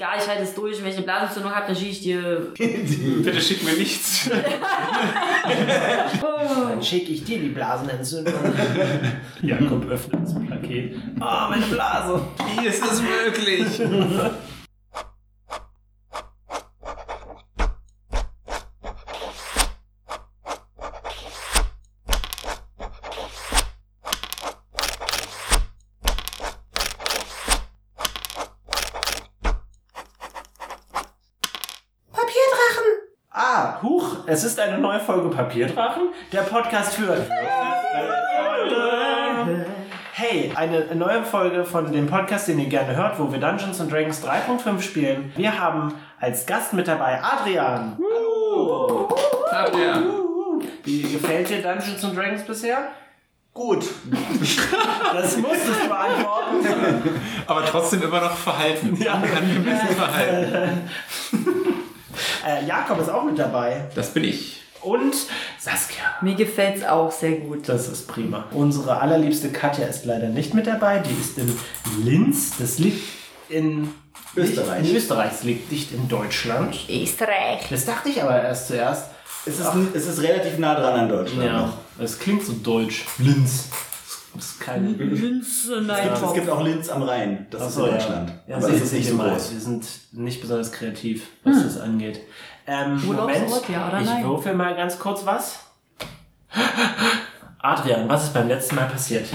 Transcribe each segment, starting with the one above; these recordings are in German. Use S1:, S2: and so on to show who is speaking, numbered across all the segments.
S1: ja, ich halte es durch, wenn ich eine Blasenentzündung habe, dann schieße ich dir.
S2: Bitte schick mir nichts.
S3: Dann schicke ich dir die Blasenentzündung.
S2: Jakob öffnet das Paket.
S3: Ah, meine Blase.
S2: Wie ist das möglich?
S3: Ah,
S2: Huch, es ist eine neue Folge Papierdrachen.
S3: der Podcast für. Hey, eine neue Folge von dem Podcast, den ihr gerne hört, wo wir Dungeons and Dragons 3.5 spielen. Wir haben als Gast mit dabei Adrian. Hallo.
S2: Habt ihr?
S3: Wie gefällt dir Dungeons and Dragons bisher?
S4: Gut.
S3: Das musstest du beantworten.
S2: Aber trotzdem immer noch verhalten. Ja, angemessen verhalten.
S3: Äh, Jakob ist auch mit dabei.
S2: Das bin ich.
S3: Und Saskia.
S1: Mir gefällt es auch sehr gut.
S3: Das ist prima. Unsere allerliebste Katja ist leider nicht mit dabei. Die ist in Linz. Das liegt in
S4: Österreich.
S3: In Österreich. Es liegt nicht in Deutschland.
S1: Österreich.
S3: Das dachte ich aber erst zuerst.
S4: Es ist, es ist relativ nah dran an Deutschland.
S3: Ja,
S4: noch.
S3: es klingt so deutsch. Linz. Das ist kein.
S1: Münze,
S4: Es gibt, es
S1: nein.
S4: gibt auch Linz am Rhein. Das ist in
S3: Achso, ja.
S4: Deutschland.
S3: Ja,
S4: Aber
S3: sie
S4: das ist nicht so
S3: gemeint.
S4: groß.
S3: Wir sind nicht besonders kreativ, was das angeht. Ähm,
S1: Urlaubsort,
S3: Moment,
S1: Hm. ja oder
S3: ich
S1: nein?
S3: würfel mal ganz kurz was. Adrian, was ist beim letzten Mal passiert?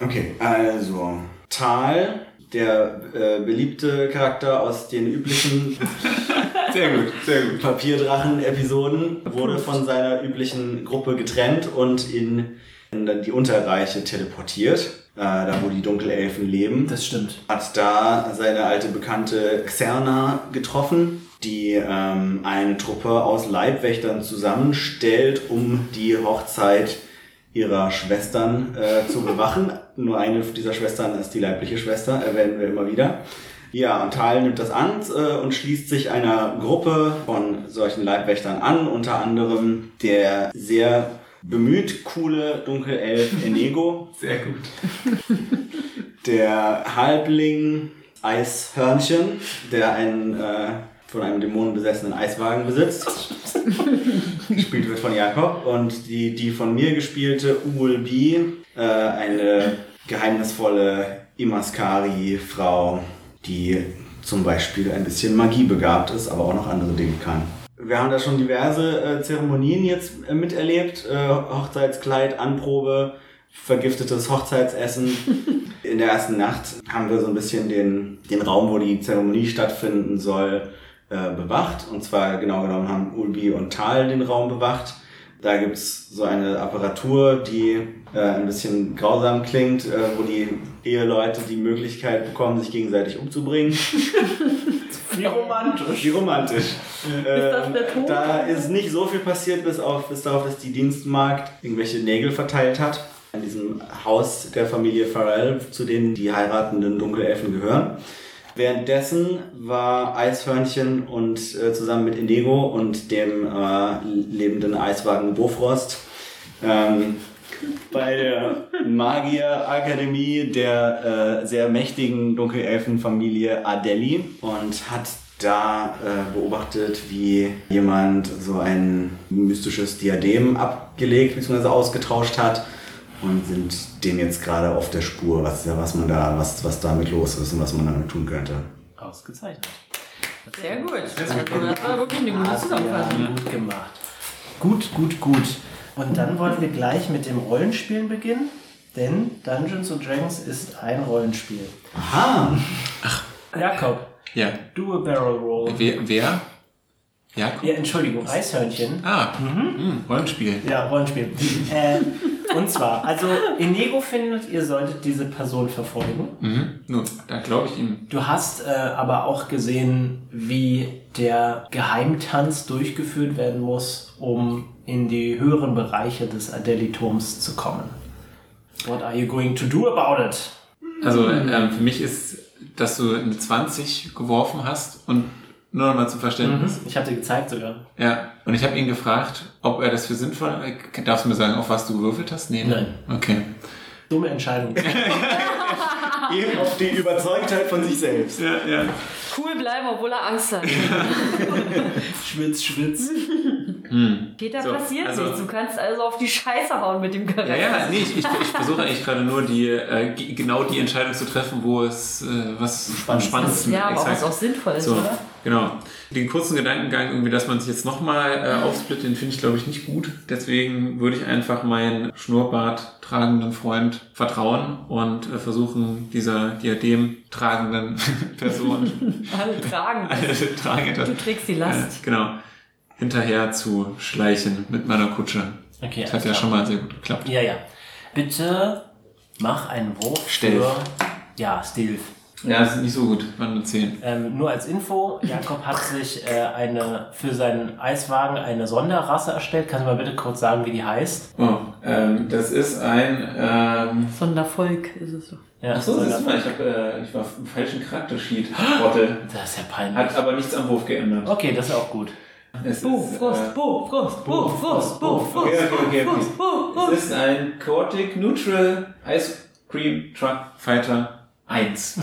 S4: Okay, also Tal, der äh, beliebte Charakter aus den üblichen
S2: Sehr gut, sehr gut.
S4: Papierdrachen-Episoden, wurde von seiner üblichen Gruppe getrennt und in, in die Unterreiche teleportiert, äh, da wo die Dunkelelfen leben.
S3: Das stimmt.
S4: hat da seine alte Bekannte Xerna getroffen, die ähm, eine Truppe aus Leibwächtern zusammenstellt, um die Hochzeit ihrer Schwestern äh, zu bewachen. Nur eine dieser Schwestern ist die leibliche Schwester, erwähnen wir immer wieder. Ja, und Tal nimmt das an äh, und schließt sich einer Gruppe von solchen Leibwächtern an, unter anderem der sehr bemüht coole Dunkelelf Enego,
S2: Sehr gut.
S4: der Halbling Eishörnchen, der einen äh, von einem Dämonen besessenen Eiswagen besitzt. gespielt wird von Jakob. Und die, die von mir gespielte Ulbi, äh, eine geheimnisvolle Imaskari-Frau, die zum Beispiel ein bisschen Magie begabt ist, aber auch noch andere Dinge kann. Wir haben da schon diverse äh, Zeremonien jetzt äh, miterlebt. Äh, Hochzeitskleid, Anprobe, vergiftetes Hochzeitsessen. In der ersten Nacht haben wir so ein bisschen den, den Raum, wo die Zeremonie stattfinden soll, äh, bewacht. Und zwar genau genommen haben Ulbi und Tal den Raum bewacht. Da gibt's so eine Apparatur, die äh, ein bisschen grausam klingt, äh, wo die Eheleute die Möglichkeit bekommen, sich gegenseitig umzubringen.
S3: Wie romantisch.
S4: Wie romantisch.
S1: das
S4: Ähm,
S1: der Tod?
S4: Da ist nicht so viel passiert, bis, auf, bis darauf, dass die Dienstmarkt irgendwelche Nägel verteilt hat. An diesem Haus der Familie Farrell, zu denen die heiratenden Dunkelelfen gehören. Währenddessen war Eishörnchen und äh, zusammen mit Indigo und dem äh, lebenden Eiswagen Bofrost ähm, bei der Magierakademie der äh, sehr mächtigen Dunkelelfenfamilie Adeli und hat da äh, beobachtet, wie jemand so ein mystisches Diadem abgelegt bzw. ausgetauscht hat und sind dem jetzt gerade auf der Spur, was, was man da, was, was damit los ist und was man damit tun könnte.
S3: Ausgezeichnet.
S1: Sehr gut. Also, das war wirklich eine gute Zusammenfassung.
S3: Ja, gut gemacht. Gut, gut, gut. Und dann wollen wir gleich mit dem Rollenspielen beginnen, denn Dungeons and Dragons ist ein Rollenspiel.
S4: Aha!
S3: Jakob,
S2: Ja.
S3: do a barrel roll.
S2: Wer? wer? Jakob?
S3: Ja, Entschuldigung, Eishörnchen.
S2: Ah, mhm. Rollenspiel.
S3: Ja, Rollenspiel. äh, und zwar, also Inigo findet, ihr solltet diese Person verfolgen.
S2: Mhm. Nun, da glaube ich ihm.
S3: Du hast äh, aber auch gesehen, wie der Geheimtanz durchgeführt werden muss, um in die höheren Bereiche des Adeliturms zu kommen. What are you going to do about it?
S2: Also ähm, für mich ist, dass du eine 20 geworfen hast und nur nochmal zum Verständnis.
S3: Ich habe dir gezeigt sogar.
S2: Ja. Und ich habe ihn gefragt, ob er das für sinnvoll. äh, Darfst du mir sagen, auf was du gewürfelt hast? Nee. ne? Okay.
S3: Dumme Entscheidung.
S4: Eben auf die Überzeugtheit von sich selbst.
S2: Ja, ja.
S5: Cool bleiben, obwohl er Angst hat.
S3: Schwitz, schwitz.
S5: Peter,
S2: So,
S5: passiert
S2: also-
S5: nichts. Du kannst also auf die Scheiße hauen mit dem
S2: Ja,
S5: Charakter.
S2: ja, nee, ich, ich, ich versuche eigentlich gerade nur die, äh, g- genau die Entscheidung zu treffen, wo es äh, was am spannendsten
S5: Ja, aber
S2: exakt.
S5: was auch sinnvoll ist,
S2: So,
S5: oder?
S2: genau. Den kurzen Gedankengang, irgendwie, dass man sich jetzt nochmal äh, aufsplitt, den finde ich, glaube ich, nicht gut. Deswegen würde ich einfach meinen Schnurrbart tragenden Freund vertrauen und äh, versuchen, dieser Diadem tragenden Person
S5: Alle tragen. das.
S2: alle tragen etwas,
S5: Du trägst die Last.
S2: äh, genau, hinterher zu schleichen mit meiner Kutsche.
S3: Okay,
S2: Das hat ja schon mal sehr gut geklappt.
S3: Ja, ja. Bitte mach einen Wurf
S2: Stealth.
S3: für... Ja, Stealth.
S2: Ja, das ist nicht so gut, waren nur 10.
S3: Ähm, nur als Info, Jakob hat sich äh, eine für seinen Eiswagen eine Sonderrasse erstellt. Kannst du mal bitte kurz sagen, wie die heißt?
S2: Oh, ähm, das ist ein. Ähm,
S5: Sondervolk ist es so.
S3: Ja,
S2: Achso, siehst du
S3: Sonder-
S2: mal, ich, hab, äh, ich war im falschen Charaktersheet. Trottel.
S3: das ist ja peinlich.
S2: Hat aber nichts am Wurf geändert.
S3: Okay, das ist auch gut.
S2: Es
S5: Bo,
S2: ist,
S5: Frust,
S2: äh,
S5: Bo, Frust, Bo, Frust, Bo,
S2: okay,
S5: Frust,
S2: okay, okay,
S5: Frust, Bo,
S2: okay.
S5: Frust.
S2: Es ist ein Chaotic Neutral Ice Cream Truck Fighter 1.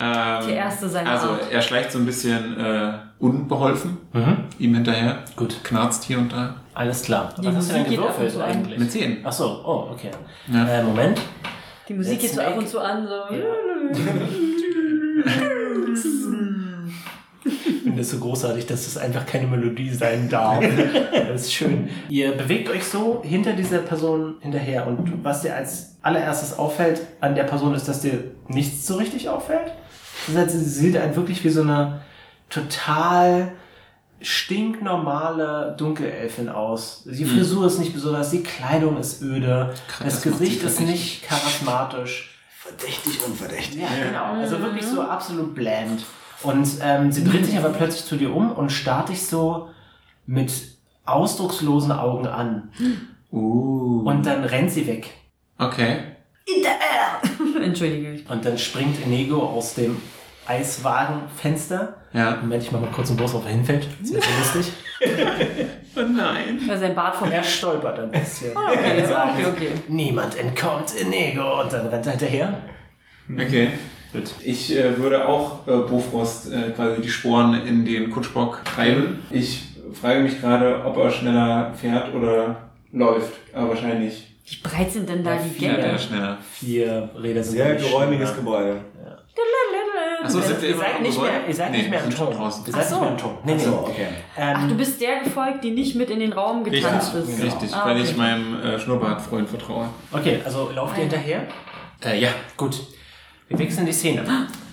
S2: ähm,
S5: Die erste seiner
S2: also,
S5: Art.
S2: er schleicht so ein bisschen äh, unbeholfen ihm hinterher.
S3: Gut.
S2: Knarzt hier und da.
S3: Alles klar.
S5: Die
S3: Was hast du denn
S5: Musik geht ab und
S3: gewürfelt
S5: zu an.
S3: eigentlich?
S2: Mit 10.
S3: Ach so, oh, okay.
S2: Ja.
S3: Äh, Moment.
S5: Die Musik geht
S3: Let's
S5: so ab
S3: make-
S5: und zu an, so.
S3: Ich finde es so großartig, dass das einfach keine Melodie sein darf. das ist schön. Ihr bewegt euch so hinter dieser Person hinterher und was dir als allererstes auffällt an der Person ist, dass dir nichts so richtig auffällt. Das heißt, sie sieht einen wirklich wie so eine total stinknormale Dunkelelfin aus. Die Frisur ist nicht besonders, die Kleidung ist öde, das
S2: Mhm. das macht
S3: Gesicht
S2: sie
S3: ist nicht charismatisch.
S4: Verdächtig, unverdächtig.
S3: Ja, genau. Also wirklich so absolut bland. Und ähm, sie dreht sich aber plötzlich zu dir um und starrt dich so mit ausdruckslosen Augen an.
S2: Uh.
S3: Und dann rennt sie weg.
S2: okay.
S5: Entschuldige, ich
S3: Und dann springt Inigo aus dem Eiswagenfenster.
S2: Ja.
S3: Moment, ich mach mal kurz einen Wurf, ob er hinfällt. Das wird so lustig.
S2: Oh nein.
S5: war sein Bart vom
S3: Er stolpert ein bisschen.
S5: Okay, okay, okay.
S3: Niemand entkommt Inigo. Und dann rennt er hinterher.
S2: Okay. Ich äh, würde auch äh, Bofrost äh, quasi die Sporen in den Kutschbock treiben. Ich frage mich gerade, ob er schneller fährt oder läuft. Aber wahrscheinlich.
S5: Wie breit sind denn da die
S2: fährt er
S5: Gänge?
S2: schneller.
S3: Vier Räder sind
S4: Sehr
S3: nicht
S4: geräumiges
S3: schneller.
S4: Gebäude.
S2: Achso, sind wir
S3: Ihr
S2: immer noch
S3: seid
S2: im
S3: nicht
S2: Gebäude?
S3: mehr, ihr seid
S2: Nee,
S3: nicht mehr
S2: wir
S3: im
S2: sind schon
S3: Ton.
S2: draußen.
S3: Ihr seid nicht mehr im Ton. Nee, nee.
S4: So, okay.
S5: Ach, du bist der gefolgt, die nicht mit in den Raum getanzt
S2: Richtig,
S5: ist.
S2: richtig
S5: Ah,
S2: weil
S5: okay.
S2: ich meinem äh, Schnurrbartfreund vertraue.
S3: Okay, also lauft ihr hinterher?
S2: Äh, ja.
S3: Gut. Wir wechseln die Szene.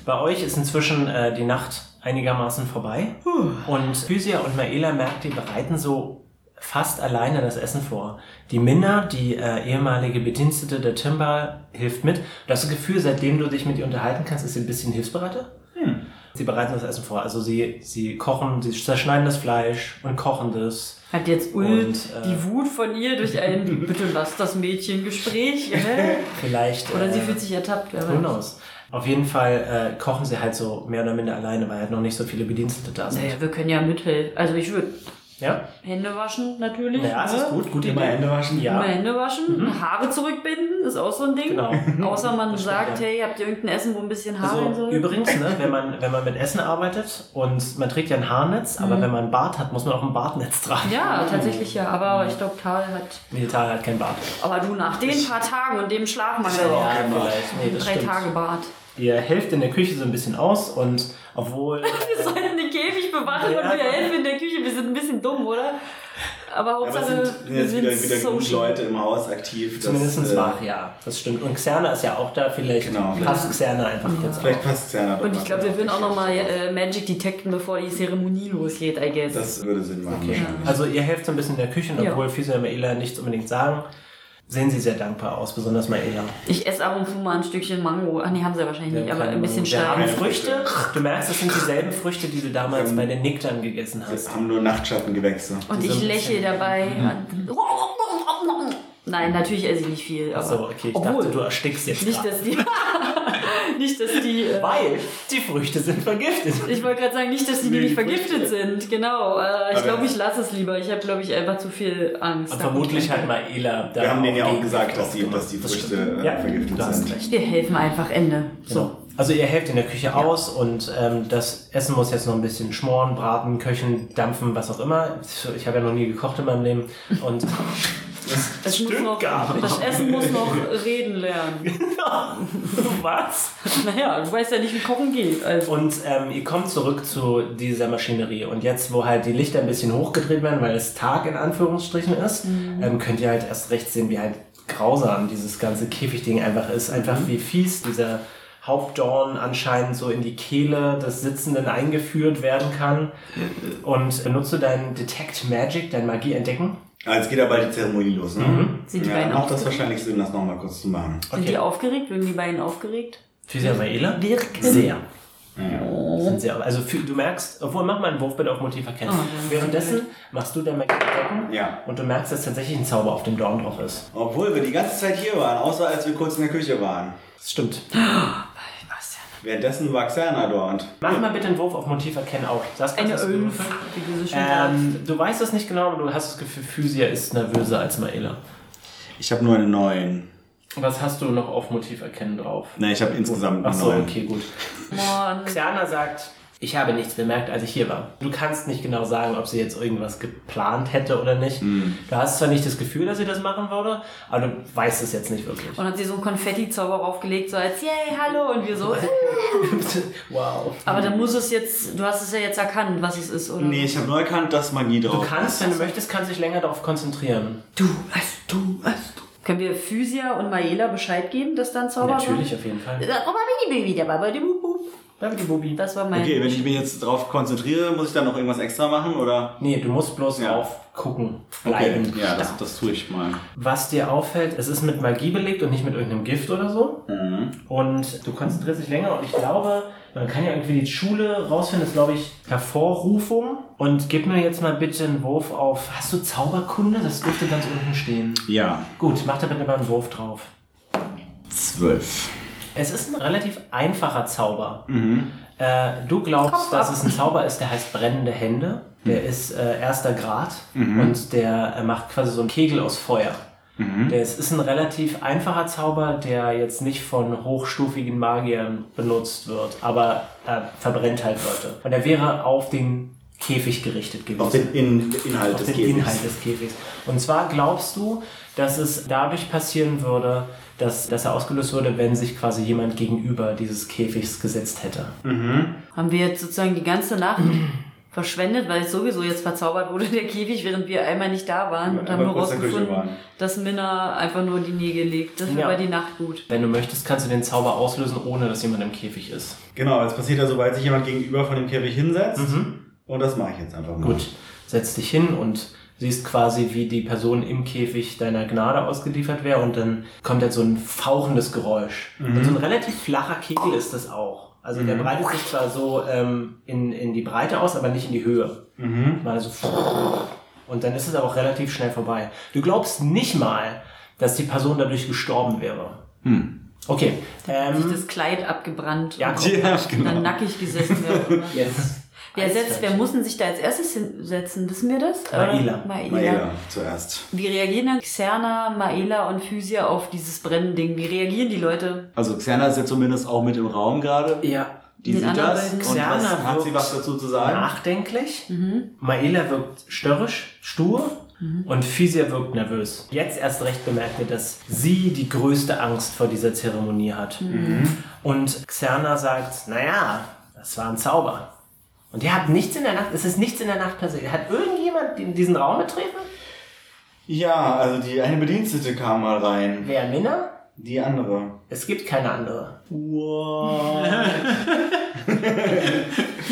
S3: Bei euch ist inzwischen äh, die Nacht einigermaßen vorbei. Und Physia und Maela merkt, die bereiten so fast alleine das Essen vor. Die Minna, die äh, ehemalige Bedienstete der Timber, hilft mit. Du hast das Gefühl, seitdem du dich mit ihr unterhalten kannst, ist sie ein bisschen hilfsbereiter.
S5: Hm.
S3: Sie bereiten das Essen vor. Also sie, sie kochen, sie zerschneiden das Fleisch und kochen das.
S5: Hat jetzt Ult
S3: Und, äh,
S5: die Wut von ihr durch ein Bitte lass das Mädchen Gespräch. hä?
S3: Vielleicht.
S5: Oder sie
S3: äh,
S5: fühlt sich ertappt. wer
S3: Who
S5: weiß.
S3: knows? Auf jeden Fall äh, kochen sie halt so mehr oder minder alleine, weil halt noch nicht so viele Bedienstete da sind.
S5: Naja, wir können ja mithelfen. Also ich würde
S3: Ja?
S5: Hände waschen natürlich.
S3: Ja, es ist
S5: ne?
S3: gut. Gute
S4: Immer Hände
S3: Idee.
S4: waschen.
S5: Immer
S3: Ja.
S5: Hände waschen, Haare zurückbinden, ist auch so ein Ding.
S3: Genau.
S5: Außer man sagt,
S3: ja.
S5: hey, habt ihr irgendein Essen, wo ein bisschen Haare hin
S3: Also
S5: soll?
S3: übrigens, ne, wenn, man, wenn man mit Essen arbeitet und man trägt ja ein Haarnetz, aber wenn man einen Bart hat, muss man auch ein Bartnetz tragen.
S5: Mhm. Ja, tatsächlich ja, aber ich glaube, Tal hat.
S3: Nee, Tara hat keinen Bart.
S5: Aber du, nach den paar Tagen und dem Schlafmangel,
S3: Ja,
S5: ja,
S3: vielleicht. Nee, das
S5: drei
S3: stimmt.
S5: Tage Bart.
S3: Ihr helft in der Küche so ein bisschen aus und obwohl...
S5: Wir sollen den Käfig bewachen
S3: Ja.
S5: und wir helfen in der Küche. Wir sind ein bisschen dumm, oder? Aber
S4: Aber es
S5: Hauptsache,
S4: sind, sind jetzt wieder, wieder genug
S5: social.
S4: Leute im Haus aktiv. dass,
S3: Zumindest
S4: äh,
S3: wach, ja. Das stimmt. Und Xerna ist ja auch da. Vielleicht
S4: Genau.
S3: passt Xerna einfach jetzt
S4: Vielleicht passt es ja noch.
S5: Und ich glaube, wir würden auch nochmal äh, Magic detecten, bevor die Zeremonie losgeht, I guess.
S4: Das würde Sinn machen wahrscheinlich.
S3: Also ihr helft so ein bisschen in der Küche, und
S5: Ja.
S3: obwohl Fisa und Maela nichts unbedingt sagen, sehen sie sehr dankbar aus, besonders Maela.
S5: Ich esse ab und zu mal ein Stückchen Mango. Ach nee, haben sie ja wahrscheinlich nicht, aber ein bisschen
S3: Wir haben
S5: stark.
S3: Früchte. Du merkst, das sind dieselben Früchte, die du damals bei den Niktern gegessen hast.
S4: Wir haben nur Nachtschattengewächse.
S5: Und ich
S3: sind-
S5: lächle dabei. Nein, natürlich esse ich nicht viel. Aber
S3: Achso, okay, ich
S5: obwohl,
S3: dachte, du erstickst jetzt.
S5: nicht,
S3: gerade.
S5: dass die. Nicht, dass die. Äh,
S3: Weil die Früchte sind vergiftet.
S5: ich wollte gerade sagen, nicht, dass die
S2: Nee,
S5: nämlich
S2: die
S5: vergiftet sind. Genau. Äh, ich
S4: Aber-
S5: glaube, ich lasse es lieber. Ich habe, glaube ich, einfach zu viel Angst.
S3: Und vermutlich halt hat Maela da.
S4: Wir haben denen ja auch
S3: gegen-
S4: gesagt, dass die, dass die
S3: Das
S4: Früchte
S3: stimmt.
S4: äh,
S3: Ja,
S4: vergiftet
S3: du hast
S4: sind.
S3: recht.
S5: Wir helfen einfach Ende.
S3: So.
S5: So.
S3: Also ihr helft in der Küche aus und ähm, das Essen muss jetzt noch ein bisschen schmoren, braten, köchen, dampfen, was auch immer. Ich habe ja noch nie gekocht in meinem Leben. Und
S5: Das, muss
S3: stimmt
S5: noch,
S3: gar nicht.
S5: das Essen muss noch reden lernen.
S3: was?
S5: Naja, du weißt ja nicht, wie Kochen geht. Also.
S3: Und ähm, ihr kommt zurück zu dieser Maschinerie. Und jetzt, wo halt die Lichter ein bisschen hochgedreht werden, weil es Tag in Anführungsstrichen ist,
S5: Mhm.
S3: ähm, könnt ihr halt erst recht sehen, wie halt grausam dieses ganze Käfigding einfach ist. Einfach
S5: Mhm.
S3: wie fies dieser Hauptdorn anscheinend so in die Kehle des Sitzenden eingeführt werden kann. Und benutzt du deinen Detect Magic, dein Magie entdecken?
S4: Ah, jetzt geht aber die Zeremonie los, ne?
S5: Mhm. Sind die
S4: ja,
S5: Beine
S4: macht das
S5: aufgeregt?
S4: wahrscheinlich Sinn, das nochmal kurz zu machen.
S5: Sind
S3: okay.
S5: die aufgeregt? Werden die beiden aufgeregt?
S3: Physia Maela?
S5: Wirken.
S3: Sehr.
S4: Ja.
S3: Sind sehr. Also für, du merkst, obwohl mach mal einen Wurf bitte auf Motiv erkennen.
S5: Oh, dann-
S3: Währenddessen machst du dein Magie entdecken.
S4: ja.
S3: Und du merkst, dass tatsächlich ein Zauber auf dem Dorn drauf ist.
S4: Obwohl wir die ganze Zeit hier waren, außer als wir kurz in der Küche waren.
S3: Das stimmt.
S5: Was
S4: Währenddessen war Xerna dort.
S3: Mach mal bitte einen Wurf auf Motiv erkennen auch. Das
S5: denn? Eine
S3: kannst du
S5: Ölf,
S3: würfeln.
S5: wie du so schön sagst.
S3: Ähm, du weißt es nicht genau, aber du hast das Gefühl, Physia ist nervöser als Maela.
S4: Ich habe nur eine 9.
S3: Was hast du noch auf Motiv erkennen drauf?
S4: Ne, ich habe insgesamt
S3: Ach
S4: eine
S3: so,
S4: 9.
S3: okay, gut.
S5: Mann.
S3: Xerna sagt, ich habe nichts bemerkt, als ich hier war. Du kannst nicht genau sagen, ob sie jetzt irgendwas geplant hätte oder nicht. Du hast zwar nicht das Gefühl, dass sie das machen würde, aber du weißt es jetzt nicht wirklich.
S5: Und hat sie so einen Konfetti-Zauber raufgelegt, so als Yay, hallo und wir so. äh.
S3: wow.
S5: Aber dann muss es jetzt, du hast es ja jetzt erkannt, was es ist, oder?
S4: Nee, ich habe neu erkannt, dass Magie
S3: Du
S4: drauf
S3: kannst, wenn du möchtest, kannst dich länger darauf konzentrieren.
S5: Du, was, du, was, du. Können wir Physia und Maela Bescheid geben, dass dann Zauber
S3: Natürlich, auf jeden Fall.
S5: war? Oma Mini Baby, der Baba, die Bup, Bup. Das war mein.
S4: Okay, wenn ich mich jetzt drauf konzentriere, muss ich dann noch irgendwas extra machen oder?
S3: Nee, du musst bloß
S4: Ja.
S3: drauf gucken,
S4: Okay,
S3: bleiben.
S4: ja, das, das tue ich mal.
S3: Was dir auffällt, es ist mit Magie belegt und nicht mit irgendeinem Gift oder so.
S4: Mhm.
S3: Und du konzentrierst dich länger und ich glaube, man kann ja irgendwie die Schule rausfinden, ist glaube ich Hervorrufung. Und gib mir jetzt mal bitte einen Wurf auf. Hast du Zauberkunde? Das dürfte ganz unten stehen.
S4: Ja,
S3: Gut, mach da bitte mal einen Wurf drauf.
S4: zwölf.
S3: Es ist ein relativ einfacher Zauber.
S4: Mhm.
S3: Äh, du glaubst, dass es ein Zauber ist, der heißt brennende Hände. Der
S4: Mhm.
S3: ist äh, erster Grad und der äh, macht quasi so einen Kegel aus Feuer.
S4: Mhm.
S3: Der ist, ist ein relativ einfacher Zauber, der jetzt nicht von hochstufigen Magiern benutzt wird, aber äh, verbrennt halt Leute. Und er wäre auf den Käfig gerichtet gewesen
S4: Auf den In Inhalt
S3: auf
S4: des
S3: den
S4: Käfigs.
S3: Inhalt des Käfigs. Und zwar glaubst du, dass es dadurch passieren würde, dass, dass er ausgelöst würde, wenn sich quasi jemand gegenüber dieses Käfigs gesetzt hätte.
S4: Mhm.
S5: Haben wir jetzt sozusagen die ganze Nacht verschwendet, weil es sowieso jetzt verzaubert wurde, der Käfig, während wir einmal nicht da waren und
S4: Ja,
S5: haben
S4: aber
S5: nur
S4: kurz in der Küche
S5: rausgefunden,
S4: waren.
S5: dass Minna einfach nur in die Nägel legt. Das
S3: Ja.
S5: war die Nacht gut.
S3: Wenn du möchtest, kannst du den Zauber auslösen, ohne dass jemand im Käfig ist.
S4: Genau, das passiert ja, sobald sich jemand gegenüber von dem Käfig hinsetzt. Und das mache ich jetzt einfach mal.
S3: Mhm. Gut, setz dich hin und siehst quasi, wie die Person im Käfig deiner Gnade ausgeliefert wäre und dann kommt jetzt so ein fauchendes Geräusch. Und so ein relativ flacher Kegel ist das auch. Also der breitet sich zwar so ähm, in, in die Breite aus, aber nicht in die Höhe. Mal so und dann ist es aber auch relativ schnell vorbei. Du glaubst nicht mal, dass die Person dadurch gestorben wäre. Okay.
S5: Sich
S3: Ähm,
S5: das Kleid abgebrannt
S3: Ja,
S5: und
S4: Ja,
S5: dann
S4: genau.
S5: nackig gesessen. werden.
S3: jetzt.
S5: Wer, setzt, wer muss denn sich da als erstes hinsetzen? Wissen wir das? Oder-
S3: Maela.
S5: Maela.
S4: Maela zuerst.
S5: Wie reagieren dann Xerna, Maela und Physia auf dieses Brennending? Wie reagieren die Leute?
S4: Also Xerna ist ja zumindest auch mit im Raum gerade.
S3: Ja,
S4: Die
S5: Den
S4: sieht
S5: anderen
S4: das.
S5: beiden.
S4: Und was,
S3: Xerna
S4: hat sie
S3: wirkt
S4: was dazu zu sagen?
S3: nachdenklich.
S5: Mhm.
S3: Maela wirkt störrisch, stur und Physia wirkt nervös. Jetzt erst recht bemerkt ihr, dass sie die größte Angst vor dieser Zeremonie hat.
S5: Mhm.
S3: Und Xerna sagt, naja, das war ein Zauber. Und ihr habt nichts in der Nacht, es ist nichts in der Nacht passiert. Hat irgendjemand in diesen Raum betreten?
S4: Ja, also die eine Bedienstete kam mal rein.
S3: Wer Minna?
S4: Die andere.
S3: Es gibt keine andere.
S5: Die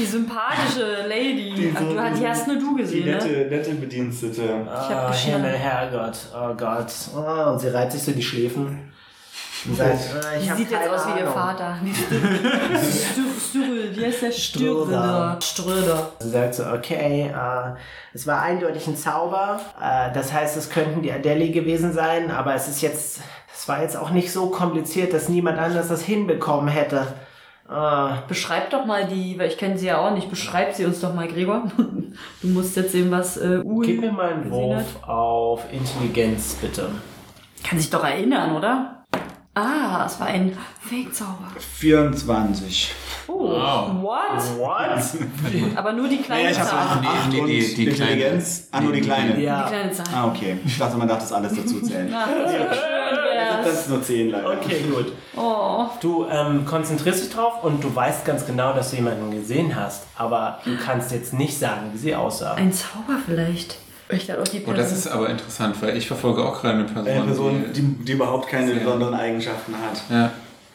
S5: sympathische Lady.
S4: Die
S5: Ach, du,
S4: so-
S5: die hast nur du gesehen, ne?
S4: nette Bedienstete.
S5: Ich hab
S3: oh,
S5: geschnallt.
S3: Himmel, Herrgott, oh Gott. Oh, und sie reibt sich so die Schläfen. Und sagt, äh, ich
S5: Die
S3: hab
S5: sieht jetzt
S3: keine
S5: aus wie ihr
S3: Ahnung.
S5: Vater. Stür- Stürl, wie heißt der?
S3: Ströder.
S5: Stürder. Ströder.
S3: Sie sagt so, okay, äh, es war eindeutig ein Zauber. Äh, das heißt, es könnten die Adeli gewesen sein, aber es ist jetzt, es Es war jetzt auch nicht so kompliziert, dass niemand anders das hinbekommen hätte. Ah,
S5: Beschreib doch mal die, weil ich kenne sie ja auch nicht. Beschreib sie uns doch mal, Gregor. Du musst jetzt sehen, was äh, Uhl
S3: gib mir mal einen
S5: gesehen hat.
S3: Wurf auf Intelligenz, bitte.
S5: Kann sich doch erinnern, oder? Ah, es war ein Fake-Zauber.
S4: 24.
S5: Oh,
S2: Wow.
S5: what?
S3: What?
S5: Aber nur die kleine
S4: ich hab's
S5: Zahl.
S2: Nee,
S4: Acht
S2: nee,
S4: und
S2: die- die kleine.
S4: Intelligenz. Ah, nur die kleine.
S5: Die
S3: ja.
S5: kleine Zahl.
S4: Ah, okay. Ich dachte, man darf das alles dazu zählen.
S5: Ach, das ist schön,
S4: Das
S5: wär's.
S4: ist nur 10 leider.
S3: Okay, gut.
S5: Oh,
S3: Du ähm, konzentrierst dich drauf und du weißt ganz genau, dass du jemanden gesehen hast, aber du kannst jetzt nicht sagen, wie sie aussah.
S5: ein Zauber vielleicht. Ich dachte auch die
S2: Und
S5: Person.
S2: Oh, das ist aber interessant, weil ich verfolge auch gerade eine Person.
S4: Eine Person,
S2: die-
S4: die, die überhaupt keine besonderen Eigenschaften hat.
S2: ja.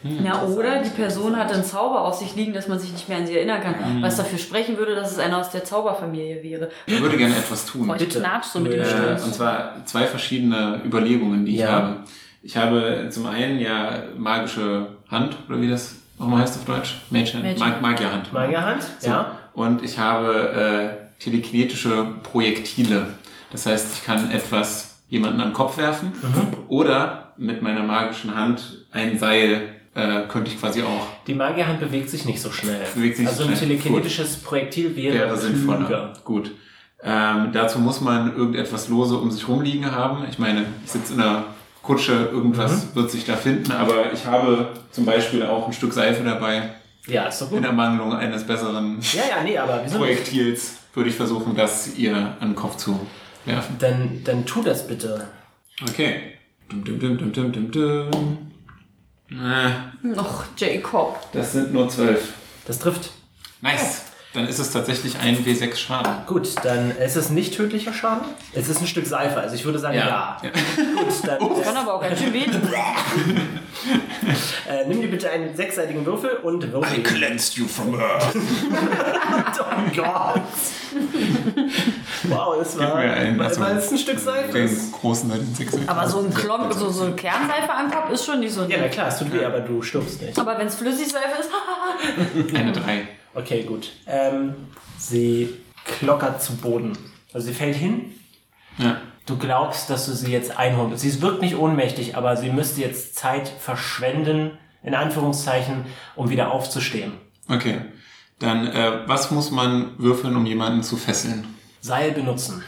S5: Na, oder die Person hat einen Zauber auf sich liegen, dass man sich nicht mehr an sie erinnern
S2: Mhm.
S5: kann. Was dafür sprechen würde, dass es einer aus der Zauberfamilie wäre.
S2: Ich würde gerne etwas tun.
S5: Boah, ich
S3: Bitte.
S5: knatsch so mit dem
S2: Äh,
S5: Stuhl.
S2: und zwar zwei verschiedene Überlegungen, die ich
S3: Ja.
S2: habe. Ich habe zum einen ja magische Hand, oder wie das nochmal heißt auf Deutsch? Mädchen.
S5: Magic.
S2: Mag Magierhand.
S3: Magierhand? Ja.
S2: Und ich habe äh, telekinetische Projektile. Das heißt, ich kann etwas jemanden an den Kopf werfen
S3: Mhm.
S2: oder mit meiner magischen Hand ein Seil äh, könnte ich quasi auch.
S3: Die Magierhand bewegt sich nicht so schnell.
S2: Bewegt sich nicht
S3: also
S2: so
S3: ein
S2: schnell.
S3: telekinetisches Projektil wäre,
S2: wäre sinnvoller.
S3: klüger.
S2: Gut. Ähm, dazu muss man irgendetwas lose um sich rumliegen haben. Ich meine, ich sitze in einer Kutsche,
S3: Mhm.
S2: irgendwas wird sich da finden, aber ich habe zum Beispiel auch ein Stück Seife dabei.
S3: Ja, ist doch
S2: In
S3: gut.
S2: Ermangelung eines besseren
S3: Ja, ja, nee, aber wieso nicht?
S2: Projektils würde ich versuchen, das ihr an den Kopf zu werfen.
S3: Dann, dann tu das bitte.
S2: Okay. Dum, dum, dum, dum, dum, dum, dum. Äh,
S5: Noch Hm, Jacob.
S2: Das sind nur zwölf.
S3: Das trifft.
S2: Nice. Dann ist es tatsächlich ein W6 Schaden.
S3: Gut, dann ist es nicht tödlicher Schaden. Es ist ein Stück Seife, also ich würde sagen, ja.
S2: Ja.
S3: Gut, dann
S5: Kann aber auch ganz schön wehtun.
S3: äh, nimm dir bitte einen sechsseitigen Würfel und würfel. ihn.
S2: cleansed you from earth.
S3: Oh Gott. Wow, das war,
S2: mir einen.
S3: weil,
S2: Achso.
S3: weil es ein Stück Seife ist.
S2: Den großen den Sechser.
S5: Aber so ein Klomp, so, so ein Kernseife am Kopf ist schon nicht so.
S3: Ja, na klar, es tut weh, aber du stirbst nicht.
S5: Aber wenn es Flüssigseife ist,
S2: Eine drei.
S3: Okay, gut. Ähm, sie klockert zu Boden. Also sie fällt hin.
S2: Ja.
S3: Du glaubst, dass du sie jetzt einholen wirst. Sie wirkt nicht ohnmächtig, aber sie müsste jetzt Zeit verschwenden, in Anführungszeichen, um wieder aufzustehen.
S2: Okay. Dann, äh, was muss man würfeln, um jemanden zu fesseln?
S3: Seil benutzen.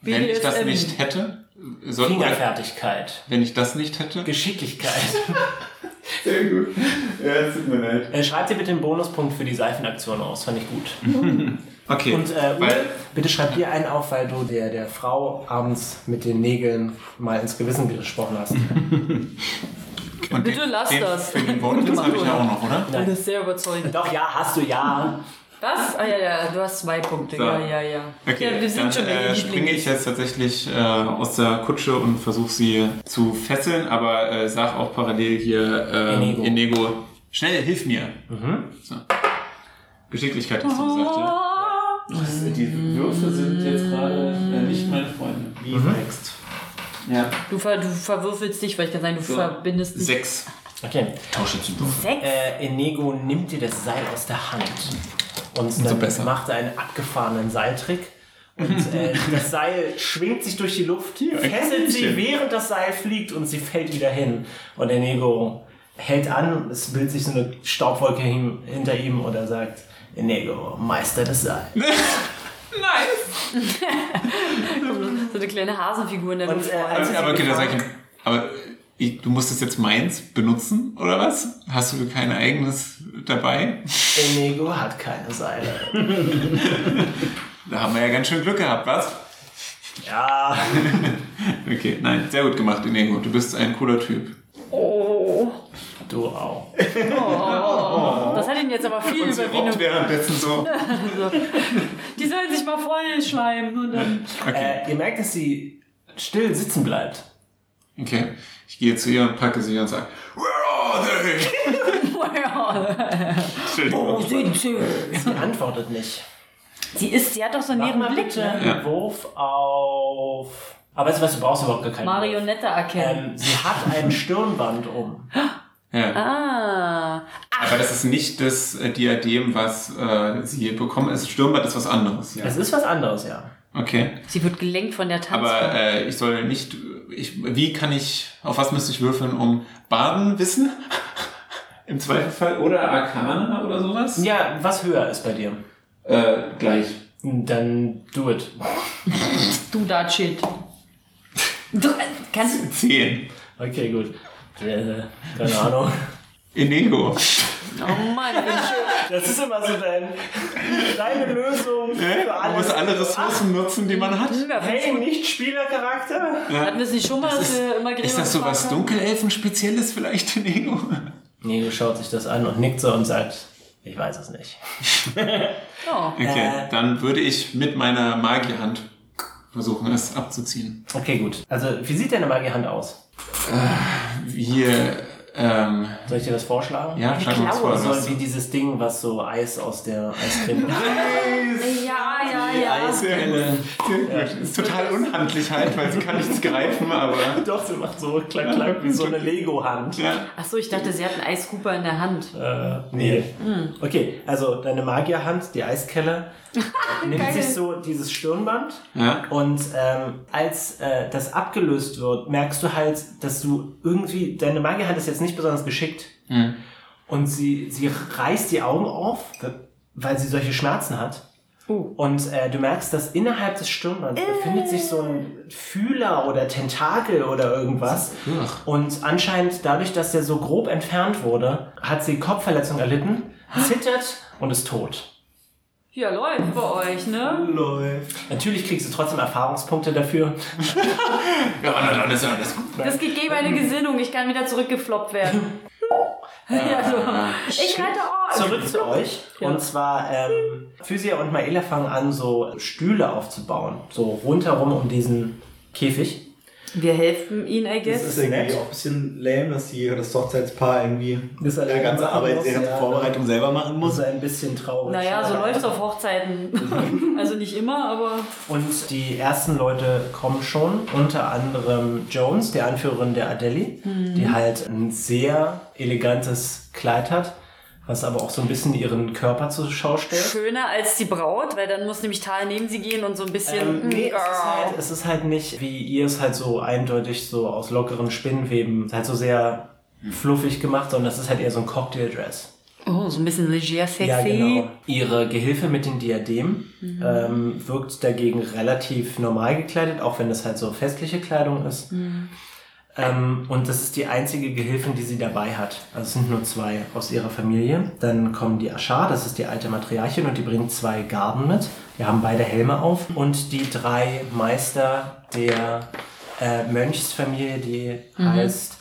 S2: Wenn ich das
S5: BDSM.
S2: nicht hätte, soll, oder,
S3: Fingerfertigkeit.
S2: wenn ich das nicht hätte,
S3: Geschicklichkeit.
S2: Sehr gut. Ja, es tut mir leid.
S3: äh, schreib dir bitte den Bonuspunkt für die Seifenaktion aus, fand ich gut.
S2: Okay.
S3: Und äh, Ute,
S2: Mhm. weil,
S3: bitte schreib dir einen auf, weil du der, der Frau abends mit den Nägeln mal ins Gewissen gesprochen hast.
S2: und
S5: Bitte lass
S2: den,
S5: das.
S2: Für den Bonus habe ich ja auch noch, oder?
S5: du bist sehr überzeugend.
S3: Doch, ja, hast du ja.
S5: Was? Ah ja, ja, du hast zwei Punkte.
S2: So.
S5: Ja, ja, ja.
S2: Okay,
S5: ja, wir sind
S2: dann
S5: schon
S2: äh,
S5: äh,
S2: springe ich jetzt tatsächlich äh, aus der Kutsche und versuche sie zu fesseln, aber äh, sag auch parallel hier ähm,
S3: Inego.
S2: Inego. schnell, hilf mir. So. Geschicklichkeit hast du gesagt, ja. Die Würfe sind jetzt gerade äh, nicht meine Freunde.
S4: Wie wächst.
S2: Ja.
S5: Du, ver du verwürfelst dich, weil ich kann sagen, du verbindest dich.
S2: Sechs.
S3: Okay.
S2: Tausche zu Würfen.
S5: Sechs?
S3: Äh, Enego nimmt dir das Seil aus der Hand und dann
S2: besser.
S3: macht er einen abgefahrenen Seiltrick. Und äh, das Seil schwingt sich durch die Luft,
S2: ein
S3: fesselt sie,
S2: Kaninchen.
S3: während das Seil fliegt und sie fällt wieder hin. Und Enego hält an, es bildet sich so eine Staubwolke hin, hinter ihm und er sagt, Enego, Meister des Seils.
S5: So eine kleine Hasenfigur in der
S3: Und,
S5: Luft. Oh.
S3: äh, als-
S2: Aber okay, das sag ich. Aber äh, ich, du musstest jetzt meins benutzen, oder was? Hast du kein eigenes dabei?
S3: Enego hat keine Seile.
S2: Da haben wir ja ganz schön Glück gehabt, was?
S3: Ja,
S2: Okay, nein, sehr gut gemacht, Inego. Du bist ein cooler Typ.
S5: oh,
S3: du auch.
S5: das hat ihn jetzt aber viel Überwindung.
S2: währenddessen so.
S5: Die sollen sich mal voll schleimen und dann.
S2: Okay.
S3: Äh, ihr merkt, dass sie still sitzen bleibt.
S2: okay, ich gehe zu ihr und packe sie und sage, Where are they?
S5: Oh
S2: Entschuldigung.
S5: sind Oh, sie?
S3: Sie antwortet nicht.
S5: Sie ist, sie hat doch so einen
S3: Mach mal
S5: leeren Blick.
S3: bitte
S5: Ne?
S3: einen Wurf auf. Aber weißt du was, du brauchst überhaupt gar keinen. Wurf.
S5: Marionette erkennen.
S3: Ähm, sie hat ein Stirnband um.
S2: Ja.
S5: Ah.
S2: Aber das ist nicht das äh, Diadem, was äh, sie bekommen. Es Stürmband ist was anderes.
S3: Es ist was anderes, ja.
S2: Okay.
S5: Sie wird gelenkt von der Tanzfrau.
S2: Aber äh, ich soll nicht ich, wie kann ich, auf was müsste ich würfeln, um Baden wissen? Im Zweifelfall oder Arcana oder sowas?
S3: Ja, was höher ist bei dir?
S2: Äh, gleich.
S3: Dann do it.
S5: Du da shit. Du äh, kannst.
S2: Zehn.
S3: Okay, gut. Äh, Keine Ahnung.
S2: Inigo.
S5: Oh Mann, ich bin schön.
S3: Das ist immer so dein, deine Lösung für
S2: Man muss
S3: alles.
S2: alle Ressourcen nutzen, die man hat.
S3: Hey, nicht Spielercharakter?
S5: Hatten wir es nicht schon mal, dass wir immer
S2: Ist das so was Dunkelelfen-Spezielles vielleicht, Inigo?
S3: Nego schaut sich das an und nickt so und sagt, ich weiß es nicht.
S5: Oh.
S2: Okay, dann würde ich mit meiner Magierhand versuchen, es abzuziehen.
S3: Okay, gut. Also, wie sieht deine Magierhand aus?
S2: Wir, ähm,
S3: Soll ich dir das vorschlagen?
S2: ja, schlag uns vor.
S3: Oder soll
S2: was-
S3: wie dieses Ding, was so Eis aus der Eiscreme
S5: Ja, ja, ja.
S2: Sehr gut. Ist total unhandlich halt, weil sie kann nichts greifen, aber.
S3: Doch, sie macht so klack, klack, wie so eine Lego-Hand.
S2: Ja.
S5: Achso, ich dachte, sie hat einen Eiscooper in der Hand.
S3: Äh, nee. Okay, also deine Magierhand, die Eiskelle, nimmt sich so dieses Stirnband
S2: ja.
S3: und ähm, als äh, das abgelöst wird, merkst du halt, dass du irgendwie, deine Magierhand ist jetzt nicht besonders geschickt
S2: Mhm.
S3: und sie, sie reißt die Augen auf, weil sie solche Schmerzen hat.
S5: Oh.
S3: Und äh, du merkst, dass innerhalb des Stirnbands befindet sich so ein Fühler oder Tentakel oder irgendwas.
S2: Ach.
S3: Und anscheinend dadurch, dass der so grob entfernt wurde, hat sie Kopfverletzung erlitten, zittert und ist tot.
S5: Ja, läuft bei euch, ne?
S4: Läuft.
S3: Natürlich kriegst du trotzdem Erfahrungspunkte dafür.
S2: Ja, na, dann ist ja alles gut.
S5: Das geht gegen meine Gesinnung. Ich kann wieder zurückgefloppt werden. ja, so. Ich rette euch.
S3: Ah. Zurück zu euch.
S5: Also, Ja.
S3: Und zwar ähm, Physia und Maela fangen an, so Stühle aufzubauen. So rundherum um diesen Käfig.
S5: Wir helfen ihnen, I
S4: Das
S5: guess.
S4: ist irgendwie auch ein bisschen lame, dass die das Hochzeitspaar irgendwie
S3: Das
S4: der
S3: alleine
S4: ganze
S3: machen
S4: Arbeit,
S3: muss,
S4: die ganze
S3: ja.
S4: Vorbereitung selber machen
S3: Muss
S4: muss.
S3: ein bisschen traurig.
S5: Naja, so läuft's auf Hochzeiten. also nicht immer, aber.
S3: Und die ersten Leute kommen schon, unter anderem Jones, die Anführerin der Adeli,
S5: Mhm.
S3: die halt ein sehr elegantes Kleid hat, was aber auch so ein bisschen ihren Körper zur Schau stellt.
S5: Schöner als die Braut, weil dann muss nämlich Tal neben sie gehen und so ein bisschen.
S3: Ähm, nee, es ist, halt, es ist halt nicht, wie ihr es halt so eindeutig so aus lockeren Spinnenweben, halt so sehr fluffig gemacht, sondern das ist halt eher so ein Cocktaildress.
S5: oh, so ein bisschen leger sexy.
S3: Ja, genau. Ihre Gehilfe mit den Diademen ähm, wirkt dagegen relativ normal gekleidet, auch wenn das halt so festliche Kleidung ist. Ähm, und das ist die einzige Gehilfin, die sie dabei hat. Also es sind nur zwei aus ihrer Familie. Dann kommen die Ashar, das ist die alte Matriarchin, und die bringt zwei Garden mit. Die haben beide Helme auf. Und die drei Meister der äh, Mönchsfamilie, die heißt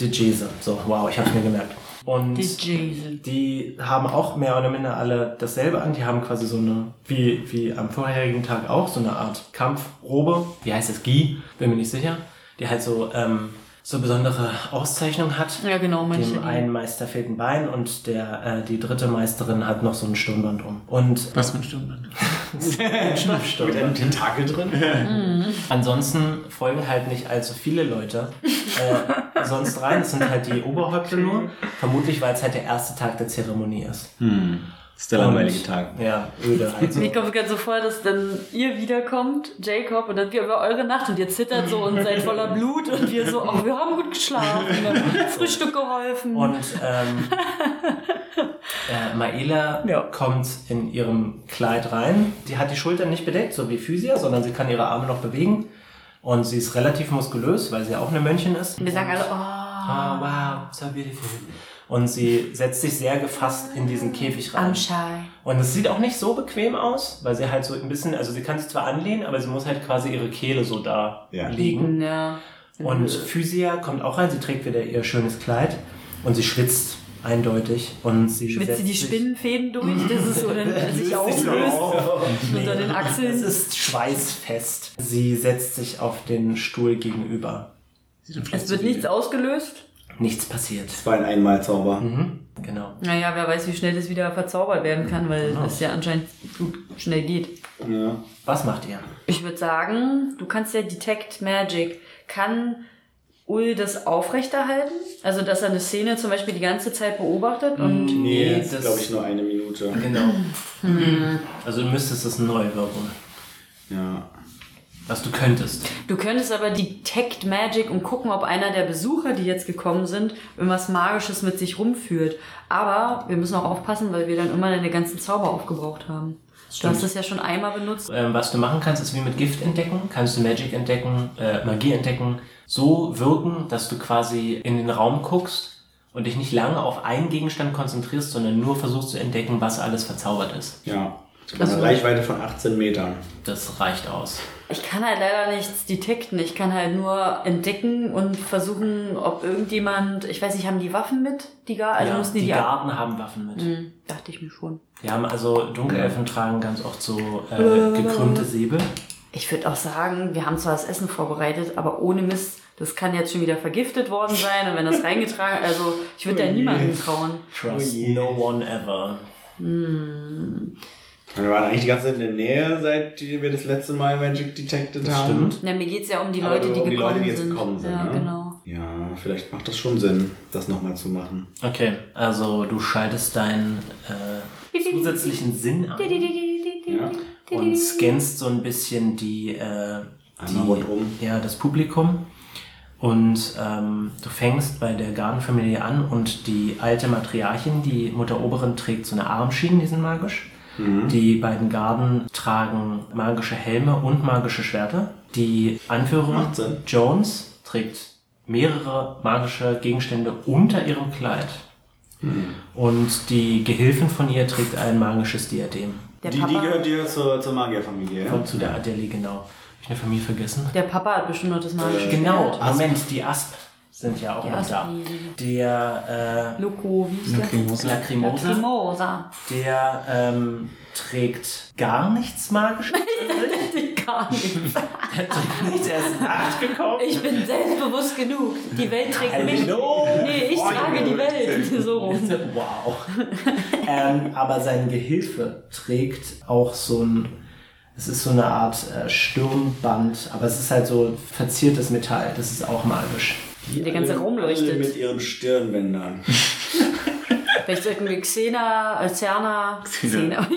S3: De Jeser. So, wow, ich hab's mir gemerkt. Und
S5: Die Jason.
S3: die haben auch mehr oder minder alle dasselbe an. Die haben quasi so eine, wie, wie am vorherigen Tag auch, so eine Art Kampfrobe. Wie heißt das? Gi? Bin mir nicht sicher. Die halt so, ähm, so besondere Auszeichnung hat.
S5: Ja, genau, manche.
S3: Dem einen Meister fehlt ein Bein und der, äh, die dritte Meisterin hat noch so ein Stirnband um. Und
S2: Was mit Stimmband?
S3: ein
S4: Mit einem
S3: Stoffstirnband.
S4: Tentakel drin.
S3: Ansonsten folgen halt nicht allzu viele Leute äh, sonst rein. Es sind halt die Oberhäupter nur. Vermutlich, weil es halt der erste Tag der Zeremonie ist.
S4: Hm. Das ist der
S3: langweilige
S4: Tag.
S3: Ja, öde halt so.
S5: Mir kommt gerade so vor, dass dann ihr wiederkommt, Jacob, und dann wir über eure Nacht und ihr zittert so und seid voller Blut und wir so, ach, wir haben gut geschlafen, wir haben Frühstück geholfen.
S3: Und ähm, äh, Maela
S5: Ja.
S3: kommt in ihrem Kleid rein. Sie hat die Schultern nicht bedeckt, so wie Physia, sondern sie kann ihre Arme noch bewegen. Und sie ist relativ muskulös, weil sie auch eine Mönchen ist.
S5: wir sagen alle,
S3: Ah,
S5: oh,
S3: wow, so beautiful. Und sie setzt sich sehr gefasst in diesen Käfig rein.
S5: I'm shy.
S3: Und es sieht auch nicht so bequem aus, weil sie halt so ein bisschen, also sie kann sich zwar anlehnen, aber sie muss halt quasi ihre Kehle so da
S4: Ja.
S3: liegen.
S5: Ja.
S3: Und Physia kommt auch rein, sie trägt wieder ihr schönes Kleid und sie schwitzt eindeutig und sie
S5: Schwitzt sie die Spinnenfäden durch, dass es so dann sich auflöst unter den
S3: Es
S5: Achseln.
S3: ist schweißfest. Sie setzt sich auf den Stuhl gegenüber.
S5: Es wird nichts ausgelöst.
S3: Nichts passiert.
S4: Das war ein Einmalzauber.
S3: Genau.
S5: Naja, wer weiß, wie schnell das wieder verzaubert werden kann, weil das ja anscheinend gut schnell geht.
S4: Ja.
S3: Was macht ihr?
S5: Ich würde sagen, du kannst ja Detect Magic. Kann Ul das aufrechterhalten? Also, dass er eine Szene zum Beispiel die ganze Zeit beobachtet
S3: Mm.
S5: und.
S4: Nee,
S3: Nee,
S4: das
S3: das-
S4: ist, glaube ich, nur eine Minute.
S5: Hm.
S3: Genau. Also du müsstest es neu würfeln.
S4: Ja.
S3: Was du könntest.
S5: Du könntest aber Detect Magic und gucken, ob einer der Besucher, die jetzt gekommen sind, irgendwas Magisches mit sich rumführt. Aber wir müssen auch aufpassen, weil wir dann immer deine ganzen Zauber aufgebraucht haben. Du
S3: Stimmt.
S5: hast es ja schon einmal benutzt.
S3: Ähm, was du machen kannst, ist wie mit Gift entdecken, kannst du Magic entdecken, äh, Magie entdecken, so wirken, dass du quasi in den Raum guckst und dich nicht lange auf einen Gegenstand konzentrierst, sondern nur versuchst zu entdecken, was alles verzaubert ist.
S4: Ja.
S5: Also-
S4: Eine Reichweite von 18 Metern.
S3: Das reicht aus.
S5: Ich kann halt leider nichts detekten. Ich kann halt nur entdecken und versuchen, ob irgendjemand, ich weiß nicht, haben die Waffen mit? Die gar, also
S3: ja,
S5: müssen die
S3: die
S5: die,
S3: Garten haben Waffen mit.
S5: Hm, dachte ich mir schon.
S3: Die haben also, Dunkelelfen tragen ganz oft so äh, gekrümmte Säbel.
S5: Ich würde auch sagen, wir haben zwar das Essen vorbereitet, aber ohne Mist, das kann jetzt schon wieder vergiftet worden sein und wenn das reingetragen, also ich würde da niemandem trauen.
S3: Trust
S4: Oh je.
S3: no one ever.
S4: Wir waren eigentlich die ganze Zeit in der Nähe, seit wir das letzte Mal Magic detected
S3: Das
S4: haben.
S3: stimmt.
S5: Na, mir geht's ja um die
S4: Aber
S5: Leute,
S4: nur
S5: die,
S4: um die
S5: gekommen
S4: Leute, die jetzt
S5: sind.
S4: gekommen sind,
S5: Ja,
S4: ne?
S5: genau.
S4: Ja, vielleicht macht das schon Sinn, das nochmal zu machen.
S3: Okay, also du schaltest deinen äh, zusätzlichen Sinn ein.
S4: Ja.
S3: und scannst so ein bisschen die, äh, die
S4: Einmal rundum.
S3: ja das Publikum und ähm, du fängst bei der Gartenfamilie an und die alte Matriarchin, die Mutter Oberin, trägt so eine Armschienen, die sind magisch.
S4: Mhm.
S3: Die beiden Garden tragen magische Helme und magische Schwerter. Die Anführerin
S4: Macht Sinn.
S3: Jones trägt mehrere magische Gegenstände unter ihrem Kleid.
S4: Mhm.
S3: Und die Gehilfin von ihr trägt ein magisches Diadem.
S5: Der,
S4: die, die
S5: Papa,
S4: gehört dir zur, zur Magierfamilie, ja?
S3: Kommt zu der Adeli, genau. Habe ich eine Familie vergessen?
S5: der Papa hat bestimmt noch das magische
S3: Genau,
S5: Schwert.
S3: Moment, die Asp sind ja auch
S5: Die
S3: noch da.
S5: Aspen.
S3: Der
S5: Loco, wie ist der?
S3: äh, Lacrimosa,
S5: Lacrimosa.
S3: der ähm, trägt gar nichts Magisches.
S5: Gar nicht.
S3: Er trägt nichts, er ist acht gekauft.
S5: Ich bin selbstbewusst genug. Die Welt trägt mich.
S3: Hallo,
S5: Nee, ich trage die Welt. So rum.
S3: Wow. ähm, aber sein Gehilfe trägt auch so ein, es ist so eine Art äh, Stirnband, aber es ist halt so verziertes Metall, das ist auch magisch.
S5: Der ganze Raum
S4: Alle mit
S5: leuchtet.
S4: ihren Stirnbändern.
S5: Vielleicht sollten wir Xena, äh, Xerna, Xena.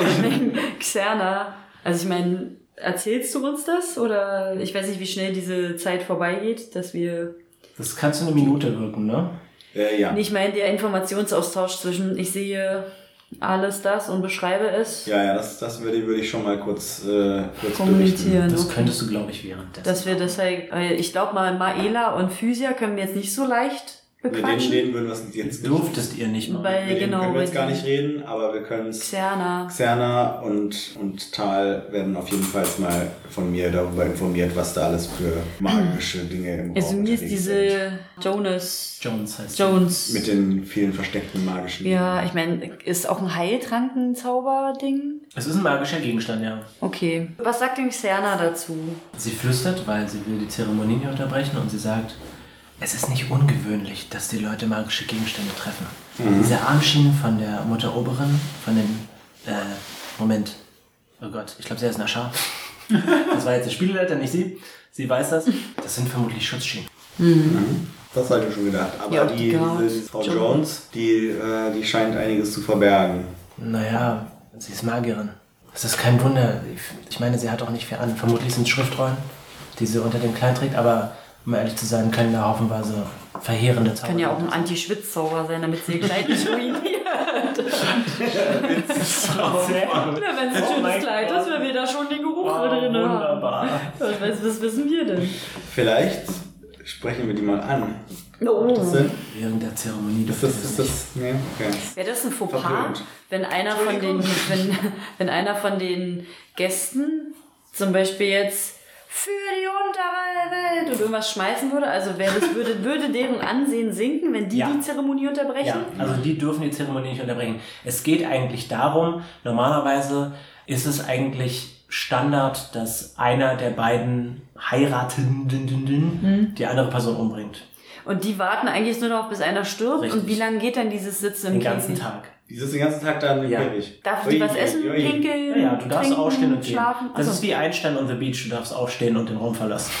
S5: Xena. Xerna. Also ich meine, erzählst du uns das? Oder ich weiß nicht, wie schnell diese Zeit vorbeigeht, dass wir
S3: Das kannst du eine Minute wirken, ne?
S4: äh, ja.
S5: Nee, Ich meine, der Informationsaustausch zwischen ich sehe alles das und beschreibe es,
S4: Ja, ja, das, das würde, würde ich schon mal kurz, äh, kurz berichten.
S5: kommunizieren.
S3: Das könntest du, glaube ich, währenddessen.
S5: dass wir das halt, weil ich glaube mal, Maela und Physia können wir jetzt nicht so leicht
S4: Mit denen,
S5: bequatschen.
S4: denen würden wir es jetzt nicht.
S3: Durftest ihr nicht machen.
S5: Weil
S4: Mit denen
S5: genau,
S4: können wir
S5: weil
S4: jetzt gar
S5: die-
S4: nicht reden, aber wir können es.
S5: Xerna.
S4: Xerna und, und Tal werden auf jeden Fall mal von mir darüber informiert, was da alles für magische Dinge im Raum
S5: Also mir ist
S4: unterwegs sind.
S5: diese Jonas
S3: Jones heißt sie.
S5: Jones.
S4: Mit den vielen versteckten magischen
S5: ja, ich meine, ist auch ein Heiltrank ein Zauberding?
S3: Es ist ein magischer Gegenstand, ja.
S5: Okay. Was sagt denn Xerna dazu?
S3: Sie flüstert, weil sie will die Zeremonie nicht unterbrechen und sie sagt, es ist nicht ungewöhnlich, dass die Leute magische Gegenstände treffen. Diese Armschienen von der Mutter Oberin, von dem, äh, Moment, oh Gott, ich glaube, sie heißt Naschar. Das war jetzt der Spielleiter, nicht sie. Sie weiß das. Das sind vermutlich Schutzschienen.
S4: Das habe ich mir schon gedacht. Aber
S5: Ja,
S4: die,
S5: Gott.
S4: diese Frau Jones, die, äh, die scheint einiges zu verbergen.
S3: Naja, sie ist Magierin. Es ist kein Wunder. Ich- Ich meine, sie hat auch nicht viel an. Vermutlich sind es Schriftrollen, die sie unter dem Kleid trägt, aber um ehrlich zu sein, können da haufenweise verheerende Zauber.
S5: Kann ja auch ein Anti-Schwitz-Zauber sein, damit sie ihr Kleid nicht ruiniert. Na, wenn es ein
S3: Oh
S5: schönes
S3: mein
S5: Kleid ist, wenn wir da schon den Geruch drin haben. Was, was wissen wir denn?
S4: Vielleicht sprechen wir die mal an.
S5: Oh.
S4: Das sind,
S3: Während der Zeremonie
S4: ist
S3: dürfte
S4: das, ist das, nee, okay.
S5: Wäre das ein Fauxpas,
S4: Verpönt.
S5: wenn einer, von den, wenn, wenn einer von den Gästen zum Beispiel jetzt für die untere Welt und irgendwas schmeißen würde? Also wäre das, würde, würde deren Ansehen sinken, wenn die
S3: Ja.
S5: die Zeremonie unterbrechen?
S3: Ja, also die dürfen die Zeremonie nicht unterbrechen. Es geht eigentlich darum, normalerweise ist es eigentlich Standard, dass einer der beiden Heiratenden
S5: Hm.
S3: die andere Person umbringt.
S5: Und die warten eigentlich nur noch, bis einer stirbt.
S3: Richtig.
S5: Und wie lange geht dann dieses Sitzen im
S3: Den ganzen
S5: Käfig?
S3: Tag.
S4: Die sitzt den ganzen Tag da im
S3: Ja.
S4: Käfig.
S5: Darf
S4: Ui,
S5: die was essen,
S4: ui, ui.
S5: pinkeln,
S3: Ja, ja, du darfst
S5: trinken,
S3: aufstehen und gehen.
S5: schlafen?
S3: Das
S5: Achso.
S3: ist wie Einstein on the Beach, du darfst aufstehen und den Raum verlassen.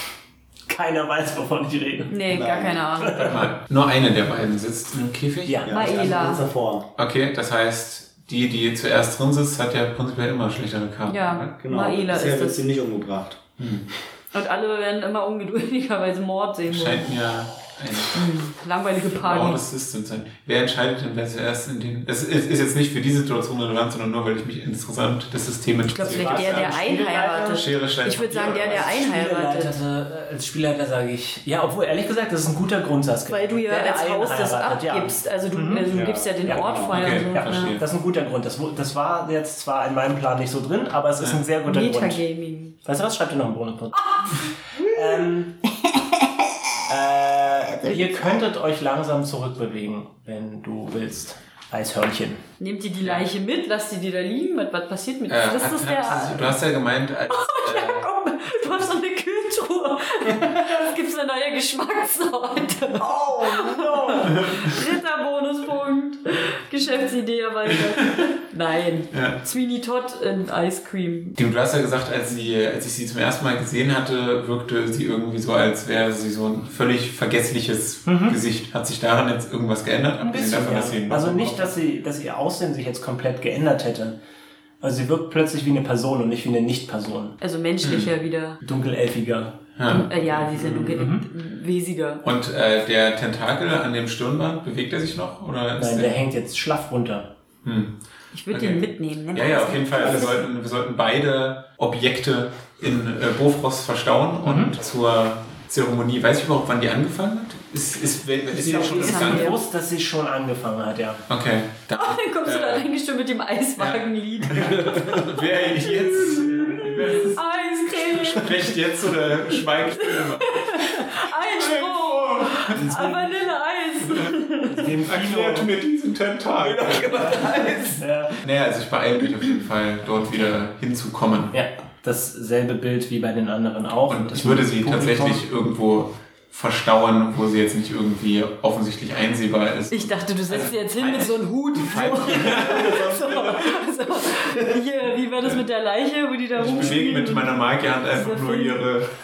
S3: Keiner weiß, wovon ich rede.
S5: Nee, gar
S4: Nein.
S5: keine Ahnung.
S2: Mal. Nur eine der beiden sitzt im Käfig.
S3: Ja.
S4: Ja, die
S5: Maela.
S4: andere sitzt davor.
S2: Okay, das heißt, die, die zuerst drin sitzt, hat ja prinzipiell immer schlechtere Karten.
S5: Ja,
S4: Genau.
S5: Maela
S4: Bisher
S5: ist
S4: wird
S5: das.
S4: sie nicht umgebracht.
S5: Und alle werden immer ungeduldiger, weil sie Mord sehen wollen.
S2: Scheint mir ein
S5: Langweilige
S2: Wow,
S5: Party.
S2: Oh, das ist denn sein. Wer entscheidet denn, wer zuerst in dem. Es ist, ist jetzt nicht für die Situation relevant, sondern nur, weil ich mich insgesamt das System interessiert.
S5: Ich glaube, vielleicht der, der einheiratet.
S2: Schere, Stein,
S5: Ich würde sagen,
S2: Papier,
S5: der, der
S2: oder
S5: einheiratet.
S2: was?
S3: Spielleiter, äh, als Spielleiter sage ich, ja, obwohl ehrlich gesagt, das ist ein guter Grundsatz.
S5: Weil du ja
S3: Wer
S5: als Haus das
S3: einheiratet, ja. Mhm.
S5: abgibst. Also du, also du
S4: Ja.
S5: gibst ja den
S3: Ja,
S5: Ort
S3: genau.
S5: vorher.
S2: Okay,
S5: und so, ne?
S2: ja, verstehe.
S3: Das ist ein guter Grund. Das, wo- das war jetzt zwar in meinem Plan nicht so drin, aber es ist ein sehr guter Grund.
S5: Metagaming.
S3: Weißt du was? Schreib dir noch einen Bonuspunkt. ähm, äh, ihr könntet euch langsam zurückbewegen, wenn du willst. Eishörnchen.
S5: Nehmt ihr die Leiche mit, lasst ihr die da liegen? Was, was passiert mit
S2: Äh,
S5: Das
S2: hat-
S5: ist der.
S2: hat- du hast ja gemeint, als. Äh,
S5: Komm, du hast so eine Kühltruhe. Jetzt gibt's eine neue Geschmackssorte.
S3: Oh no!
S5: Dritter Bonuspunkt. Geschäftsidee erweitert. Nein.
S2: Ja.
S5: Sweeney Todd in Ice Cream.
S2: du hast ja gesagt, als, sie, als ich sie zum ersten Mal gesehen hatte, wirkte sie irgendwie so, als wäre sie so ein völlig vergessliches
S5: Mhm.
S2: Gesicht. Hat sich daran jetzt irgendwas geändert?
S3: Ein bisschen,
S2: davon, dass sie
S3: ja. Also nicht, dass, sie, dass ihr Aussehen sich jetzt komplett geändert hätte. Also sie wirkt plötzlich wie eine Person und nicht wie eine Nicht-Person.
S5: Also menschlicher wieder.
S3: Dunkelelfiger.
S2: Mhm. Ja. Mhm.
S5: Äh, ja, sie ist ja nur ge- wesiger.
S2: Und äh, der Tentakel an dem Stirnband, bewegt er sich noch? Oder ist
S3: Nein, der hängt jetzt schlaff runter.
S2: hm.
S5: Ich würde
S2: Okay.
S5: den mitnehmen. ne?
S2: Ja, ja, auf jeden Fall. Wir sollten, wir sollten beide Objekte in äh, Bofrost verstauen und zur Zeremonie. Weiß ich überhaupt, wann die angefangen hat? Ist, ist, ist, ist sie
S3: Sie
S2: da schon
S3: ist
S5: am
S2: gegangen?
S5: Gang.
S3: bewusst, dass sie schon angefangen hat, ja.
S2: Okay. Dann,
S5: Oh, dann kommst du da
S2: Äh.
S5: reingestimmt mit dem Eiswagenlied.
S2: wer ich jetzt? wer
S5: Eiscreme,
S2: Spricht jetzt oder schweigt?
S5: Einsprung,
S2: Oh,
S5: Vanilleeis.
S3: Dem
S2: Erklärt mir diesen Tentakel.
S3: Ja.
S2: genau, Naja, also ich beeile mich auf jeden Fall, dort wieder hinzukommen.
S3: ja, dasselbe Bild wie bei den anderen auch.
S2: Und
S3: Das
S2: ich würde sie
S3: Publikum-
S2: tatsächlich irgendwo verstauen, wo sie jetzt nicht irgendwie offensichtlich einsehbar ist.
S5: Ich dachte, du
S2: Also,
S5: setzt dir jetzt hin mit so einem Hut. So, so. Hier, Also, wie war das mit der Leiche, wo die da
S2: Also Ich bewege mit meiner Magierhand einfach nur ihre.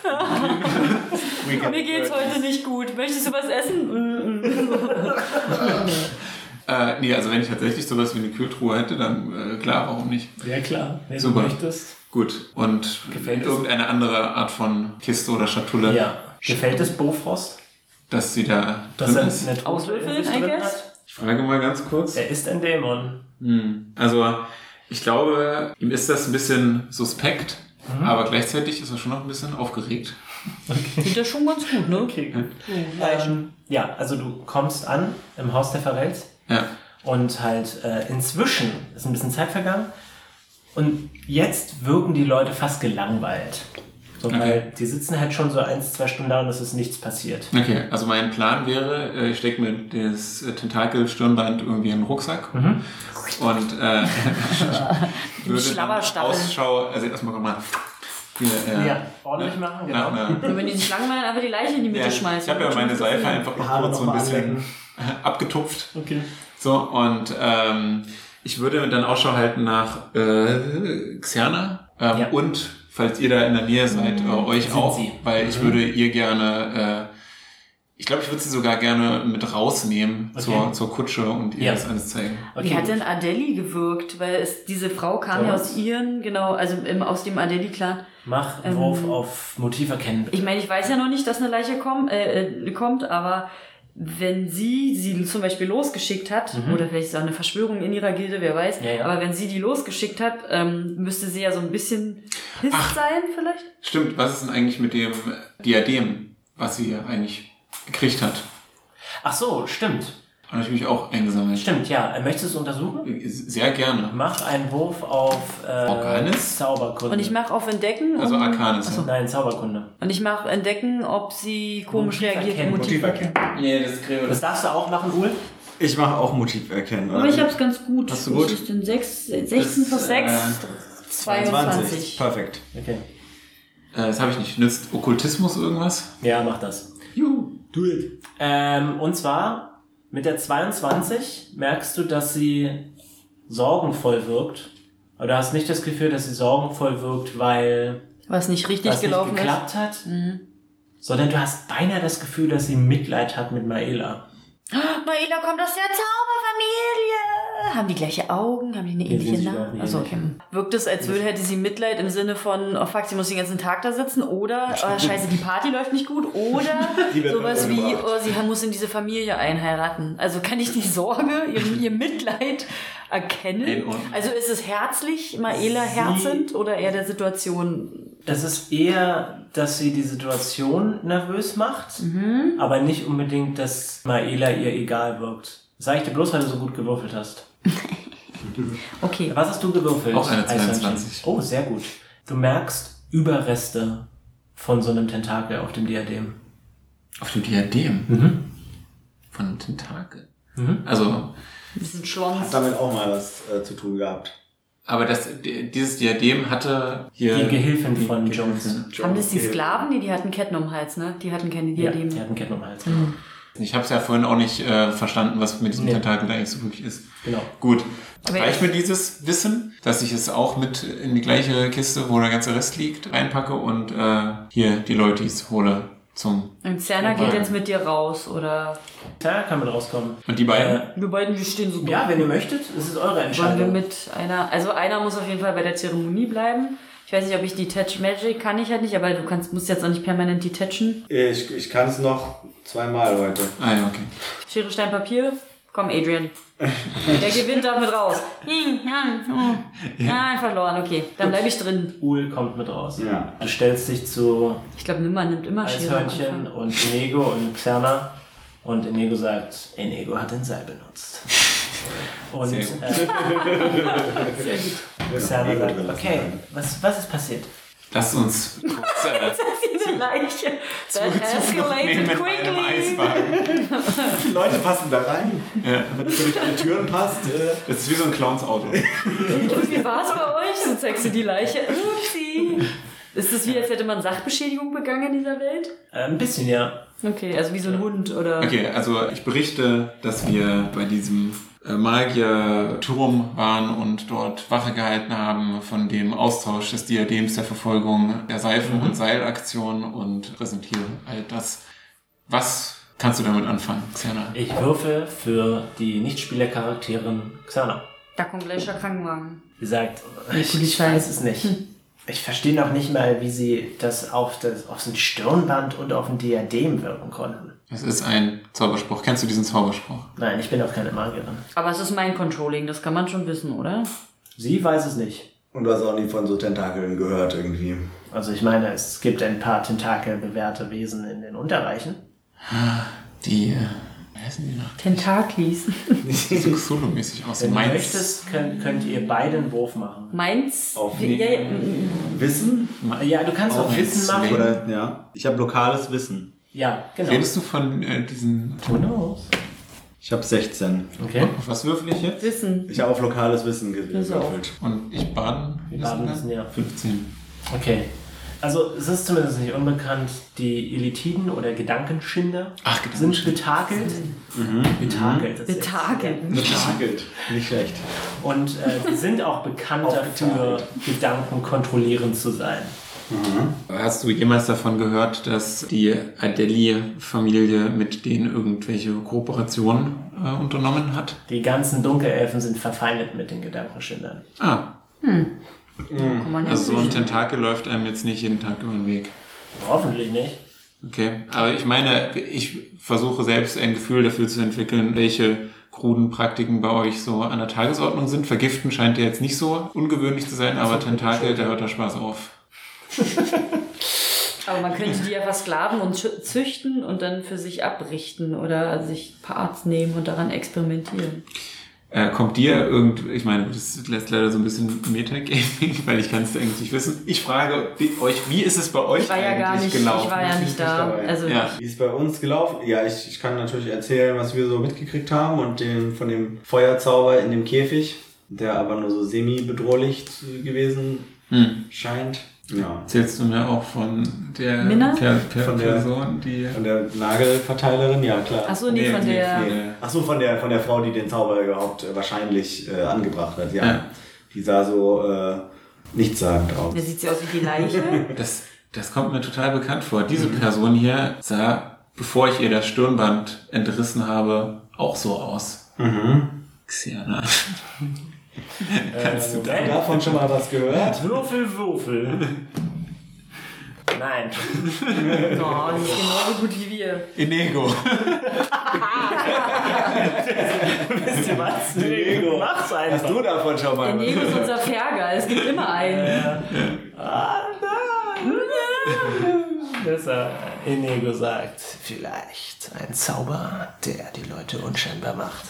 S5: Mir geht's heute nicht gut. Möchtest du was essen? Mm, mm.
S2: Äh, nee, also wenn ich tatsächlich sowas wie eine Kühltruhe hätte, dann äh, klar, warum nicht?
S3: Ja, klar. Wenn
S2: Super.
S3: du möchtest.
S2: Gut. Und
S3: Gefällt es?
S2: irgendeine andere Art von Kiste oder Schatulle,
S3: Ja. Gefällt es Bofrost,
S2: dass sie da
S3: dass
S2: drin
S3: er
S2: ist.
S3: eine Tote
S5: Auslöffeln,
S3: in sich
S5: I
S3: drin
S5: guess?
S3: hat?
S2: Ich frage mal ganz kurz.
S3: Er ist ein Dämon.
S2: Hm. Also ich glaube, ihm ist das ein bisschen suspekt,
S3: Mhm.
S2: aber gleichzeitig ist er schon noch ein bisschen aufgeregt.
S5: Geht ja schon ganz gut, ne?
S3: Okay, gut. Ähm, ja, also du kommst an im Haus der Verwelt
S2: Ja.
S3: und halt äh, inzwischen ist ein bisschen Zeit vergangen und jetzt wirken die Leute fast gelangweilt. So,
S2: Okay.
S3: weil die sitzen halt schon so eins, zwei Stunden da und es ist nichts passiert.
S2: Okay, also mein Plan wäre, äh, ich stecke mir das äh, Tentakel-Stirnband irgendwie in den Rucksack
S3: Mhm.
S2: und äh, würde dann
S5: Schlabberstapel.
S2: Ausschau, also erstmal nochmal hier,
S3: Ja,
S2: äh,
S3: ordentlich machen, genau.
S2: nach einer-
S5: Und wenn die sich langweilen, einfach die Leiche in die Mitte
S2: ja,
S5: schmeißen.
S2: ich habe ja
S5: Wird schon
S2: meine
S5: was
S2: Seife
S5: passieren.
S2: einfach noch
S4: Haare
S2: kurz so ein
S4: noch mal
S2: bisschen
S4: anlecken.
S2: abgetupft.
S3: Okay.
S2: So, und ähm, ich würde dann Ausschau halten nach äh, Xerna ähm,
S3: Ja.
S2: und, falls ihr da in der Nähe seid, äh, euch
S3: Mhm. Sind
S2: auch,
S3: sie.
S2: weil ich würde ihr gerne, äh, ich glaube, ich würde sie sogar gerne mit rausnehmen
S3: Okay.
S2: zur, zur Kutsche und ihr
S3: Ja.
S2: das alles zeigen.
S5: Wie hat denn Adeli gewirkt? Weil es, diese Frau kam ja
S3: Ja.
S5: aus ihren, genau, also im, aus dem Adeli-Clan.
S3: Mach einen
S5: Ähm,
S3: Wurf auf Motiv erkennen. bitte.
S5: Ich meine, ich weiß ja noch nicht, dass eine Leiche komm, äh, äh, kommt, aber wenn sie sie zum Beispiel losgeschickt hat, oder vielleicht ist auch eine Verschwörung in ihrer Gilde, wer weiß,
S3: Ja, ja.
S5: aber wenn sie die losgeschickt hat, ähm, müsste sie ja so ein bisschen hiss
S2: Ach.
S5: sein vielleicht.
S2: Stimmt, was ist denn eigentlich mit dem Diadem, was sie eigentlich gekriegt hat?
S3: Ach so, stimmt.
S2: Habe ich mich auch eingesammelt.
S3: Stimmt, ja. Äh, Möchtest du es untersuchen?
S2: Sehr gerne.
S3: Mach einen Wurf auf äh,
S2: Arcanis?
S3: Zauberkunde.
S5: Und ich mache auf Entdecken um,
S2: Also Arcanis. ja.
S3: Nein, Zauberkunde.
S5: und ich mache Entdecken, ob sie komisch
S3: Motiv
S5: reagiert.
S3: erkennen.
S5: Motiv.
S2: Nee, das kriegen wir.
S3: Das darfst du auch machen, Ul.
S4: Ich mache auch Motiv erkennen.
S5: Aber ich habe es ganz gut.
S2: Hast du gut?
S5: Was ist denn sechs- 16 plus
S2: Das, äh,
S5: 6, 22.
S4: Perfekt.
S3: Okay.
S2: Äh, das habe ich nicht. Nützt Okkultismus irgendwas?
S3: Ja, mach das.
S2: Juhu.
S4: Do it.
S3: Ähm, und zwar mit der 22 merkst du, dass sie sorgenvoll wirkt. Aber du hast nicht das Gefühl, dass sie sorgenvoll wirkt, weil
S5: Was nicht richtig
S3: das nicht
S5: gelaufen ist. Mhm.
S3: geklappt hat, sondern du hast beinahe das Gefühl, dass sie Mitleid hat mit Maela.
S5: Maela kommt aus der Zauberfamilie. haben die gleiche Augen, haben die eine
S4: Nee, sind
S5: ähnliche
S4: sie
S5: Nase?
S4: überhaupt nicht
S5: Also, okay. Wirkt es, als würde hätte sie Mitleid im Sinne von, oh fuck, sie muss den ganzen Tag da sitzen oder, oh scheiße, die Party läuft nicht gut oder
S4: Die wird
S5: sowas wie,
S4: umgebracht.
S5: oh, sie muss in diese Familie einheiraten. Also kann ich die Sorge, ihr, ihr Mitleid erkennen?
S2: Einordnen.
S5: Also ist es herzlich, Maela
S3: Sie-
S5: herzend oder eher der Situation?
S3: Es ist eher, dass sie die Situation nervös macht,
S5: Mhm.
S3: aber nicht unbedingt, dass Maela ihr egal wirkt. Sag ich dir bloß, weil du so gut gewürfelt hast.
S5: Okay.
S3: Was hast du gewürfelt?
S2: Auch eine
S3: Eishörnchen?
S2: 22.
S3: Oh, sehr gut. Du merkst Überreste von so einem Tentakel auf dem Diadem.
S2: Auf dem Diadem. Von einem Tentakel.
S3: Mhm.
S2: Also,
S5: Ein bisschen Schlons.
S4: Hat damit auch mal was äh, zu tun gehabt.
S2: aber das, di- dieses Diadem hatte hier.
S3: Die Gehilfin von Jones.
S5: Haben das die Sklaven? Nee, die hatten Ketten um den Hals, ne? Die hatten keine
S3: Ja,
S5: Diademe.
S3: die hatten Ketten um den Hals.
S5: Mhm.
S2: Ich habe es ja vorhin auch nicht äh, verstanden, was mit diesem
S3: Nee.
S2: Tentakel da jetzt so wirklich ist.
S3: Genau.
S2: Gut.
S5: Aber
S2: Reicht
S5: ich-
S2: mir dieses Wissen, dass ich es auch mit in die gleiche Kiste, wo der ganze Rest liegt, reinpacke und äh, hier die Leutis hole zum.
S5: Und Cerna geht jetzt mit dir raus oder
S3: Da kann man rauskommen.
S2: Und die beiden?
S3: Äh,
S5: wir beiden, wir stehen so
S3: ja, wenn ihr möchtet, es ist eure
S5: Wollen wir
S3: Entscheidung.
S5: mit einer, also einer muss auf jeden Fall bei der Zeremonie bleiben. Ich weiß nicht, ob ich detach Magic kann ich halt nicht, aber du kannst, musst jetzt auch nicht permanent detachen.
S4: Ich, ich kann es noch zweimal heute.
S2: Ah ja, okay.
S5: Schere, Stein, Papier. Komm, Adrian. Der gewinnt damit raus. Hm, ja, hm. Nein, verloren, okay. Dann bleibe ich drin.
S3: Ul kommt mit raus.
S4: Ja.
S3: Du stellst dich zu
S5: Ich glaube, Nimmer nimmt immer Schere. am
S3: Eishörnchen
S5: Anfang.
S3: und Inigo und Xerna. Und Inigo sagt, Inigo hat den Seil benutzt. Und
S2: Sehr
S3: äh,
S2: gut.
S3: Xerna
S4: Inigo
S3: sagt,
S4: überlassen
S3: okay,
S4: dann.
S3: was, was ist passiert?
S2: Lasst uns kurz äh,
S5: Diese Leiche. That escalated
S2: nehmen mit meinem
S5: quickly.
S2: Eiswagen.
S4: Die Leute passen da rein.
S2: Ja.
S4: Wenn es durch alle Türen passt. Äh,
S2: Das ist wie so ein Clowns Auto.
S5: Und wie war's bei euch? So zeigst du die Leiche. Upsi. Ist es wie, als hätte man Sachbeschädigung begangen in dieser Welt?
S3: Äh, ein bisschen, ja.
S5: Okay, also wie so ein Hund oder.
S2: Okay, also ich berichte, dass wir bei diesem äh, Magier-Turm waren und dort Wache gehalten haben von dem Austausch des Diadems, der Verfolgung, der
S3: Mhm.
S2: Seifen- und Seilaktion und präsentiere all das. Was kannst du damit anfangen, Xena?
S3: Ich würfel für die Nichtspielercharakterin Xerna.
S5: Da kommt gleich der Krankenwagen.
S3: Sie sagt,
S5: Die
S3: ich, ich
S5: Polizei.
S3: weiß Hm. es nicht. Ich verstehe noch nicht mal, wie sie das auf das auf so ein Stirnband und auf ein Diadem wirken konnten.
S2: Es ist ein Zauberspruch. Kennst du diesen Zauberspruch?
S3: Nein, ich bin auch keine Magierin.
S5: Aber es ist mein Controlling, das kann man schon wissen, oder?
S3: Sie weiß es nicht.
S4: Und du hast auch nie von so Tentakeln gehört irgendwie.
S3: Also ich meine, es gibt ein paar tentakelbewährte Wesen in den Unterreichen.
S2: Die, äh, wie heißen die noch?
S5: Tentaklis.
S2: Die so Cthulhu-mäßig aus.
S3: Wenn
S2: Mainz.
S3: du möchtest, könnt, könnt ihr beide einen Wurf machen.
S5: Meins?
S4: Auf
S5: ja, ja, mm,
S4: Wissen?
S3: Ja, du kannst auch
S2: Oh,
S3: Wissen
S2: Wissen.
S3: machen.
S4: Oder, ja. Ich habe lokales Wissen.
S3: Ja, genau.
S2: Redest du von äh, diesen...
S3: Who knows?
S4: Ich habe 16.
S3: Okay.
S2: Auf was würfel ich jetzt?
S5: Wissen.
S4: Ich habe auf lokales Wissen ge-
S5: Das auch.
S4: gewürfelt.
S2: Und ich baden? Wie das
S3: Baden
S2: nennt?
S3: müssen, ja.
S2: 15.
S3: Okay. Also es ist zumindest nicht unbekannt, die Elitiden oder Gedankenschinder
S2: Ach, Mhm.
S3: sind betakelt. Betakelt. ist jetzt-
S5: Betageln.
S4: Getagelt. Nicht schlecht.
S3: Und äh, sie sind auch bekannt
S4: Auch
S3: dafür, Gedanken kontrollierend zu sein.
S2: Hast du jemals davon gehört, dass die Adelie-Familie mit denen irgendwelche Kooperationen äh, unternommen hat?
S3: Die ganzen Dunkelelfen sind verfeindet mit den Gedankenschindern.
S2: Ah,
S5: Kann man ja
S2: also so ein
S5: wissen.
S2: Tentakel läuft einem jetzt nicht jeden Tag über den Weg.
S3: Hoffentlich nicht.
S2: Okay, aber ich meine, ich versuche selbst ein Gefühl dafür zu entwickeln, welche kruden Praktiken bei euch so an der Tagesordnung sind. Vergiften scheint ja jetzt nicht so ungewöhnlich zu sein, aber Tentakel, da hört der Spaß auf.
S5: Aber man könnte die ja versklaven und schü- züchten und dann für sich abrichten oder also sich Parts nehmen und daran experimentieren.
S2: Äh, kommt dir irgend, ich meine, das lässt leider so ein bisschen Metagaming, weil ich kann es eigentlich nicht wissen. Ich frage die- euch, wie ist es bei euch
S5: Ich war ja
S2: eigentlich genau?
S5: gar nicht,
S2: gelaufen?
S5: ich war ja nicht da.
S4: dabei.
S5: Also
S2: Ja.
S4: Wie ist bei uns gelaufen? Ja, ich, ich kann natürlich erzählen, was wir so mitgekriegt haben und den, von dem Feuerzauber in dem Käfig, der aber nur so semi-bedrohlich zu- gewesen
S2: Hm.
S4: scheint. Ja.
S2: Erzählst du mir auch von der
S5: Minna?
S2: Per, per
S4: Von der-
S2: Person, die...
S4: Von der Nagelverteilerin, ja klar.
S5: Ach so, nee, von der-
S2: nee.
S4: Ach so, von der, von der Frau, die den Zauber überhaupt äh, wahrscheinlich äh, angebracht hat, ja.
S2: Ja.
S4: Die sah so äh, nichtssagend aus.
S5: da sieht sie aus wie die Leiche.
S2: Das, das kommt mir total bekannt vor. Diese
S4: Mhm.
S2: Person hier sah, bevor ich ihr das Stirnband entrissen habe, auch so aus.
S4: Mhm.
S2: Xiana.
S3: Kannst
S2: du da-
S4: Davon schon mal was gehört?
S3: Würfel, Würfel. Nein.
S5: Oh, nicht genauso gut wie wir.
S2: Inego.
S3: Wisst ihr was?
S4: Lego.
S3: Mach's einfach.
S4: du davon schon mal
S5: Der Nego ist unser Ferger, es gibt immer einen.
S3: Ah, nein. Besser. Inigo sagt, vielleicht ein Zauber, der die Leute unscheinbar macht.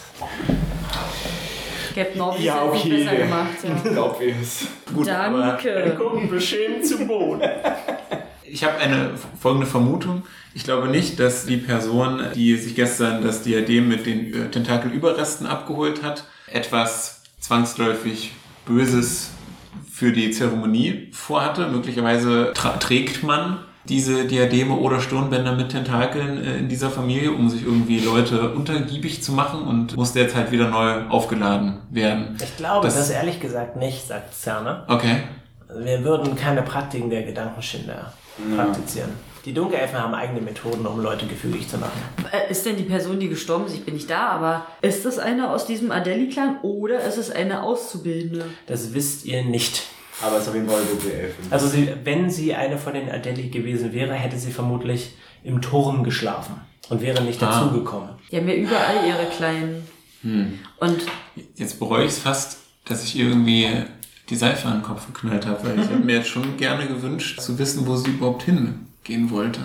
S5: Captain Obvious
S4: Ja,
S5: hat's
S4: okay.
S5: nicht besser gemacht. Ja.
S4: Glaubt ihr es?
S2: Gut, aber
S5: Danke.
S3: Gucken beschämt zu Boden.
S2: ich habe eine folgende Vermutung. Ich glaube nicht, dass die Person, die sich gestern das Diadem mit den äh, Tentakelüberresten abgeholt hat, etwas zwangsläufig Böses für die Zeremonie vorhatte. Möglicherweise tra trägt man diese Diademe oder Stirnbänder mit Tentakeln äh, in dieser Familie, um sich irgendwie Leute untergiebig zu machen und muss derzeit wieder neu aufgeladen werden.
S3: Ich glaube das,
S2: Das-
S3: ehrlich gesagt nicht, sagt Zerner.
S2: Okay.
S3: Wir würden keine Praktiken der Gedankenschinder praktizieren. Die Dunkelelfen haben eigene Methoden, um Leute gefügig zu machen.
S5: Äh, Ist denn die Person, die gestorben ist? Ich bin nicht da, aber ist das eine aus diesem Adeli-Clan oder ist es eine Auszubildende?
S3: Das wisst ihr nicht.
S4: Aber es ist auf jeden Fall Dunkelelfen.
S3: Also sie, wenn sie eine von den Adeli gewesen wäre, hätte sie vermutlich im Turm geschlafen und wäre nicht
S2: Ah.
S3: dazugekommen.
S5: Die haben ja überall ihre kleinen.
S4: Hm.
S5: Und
S2: Jetzt bereue ich es fast, dass ich ihr irgendwie die Seife an den Kopf geknallt habe, weil ich hätte mir jetzt schon gerne gewünscht, zu wissen, wo sie überhaupt hingehen wollte.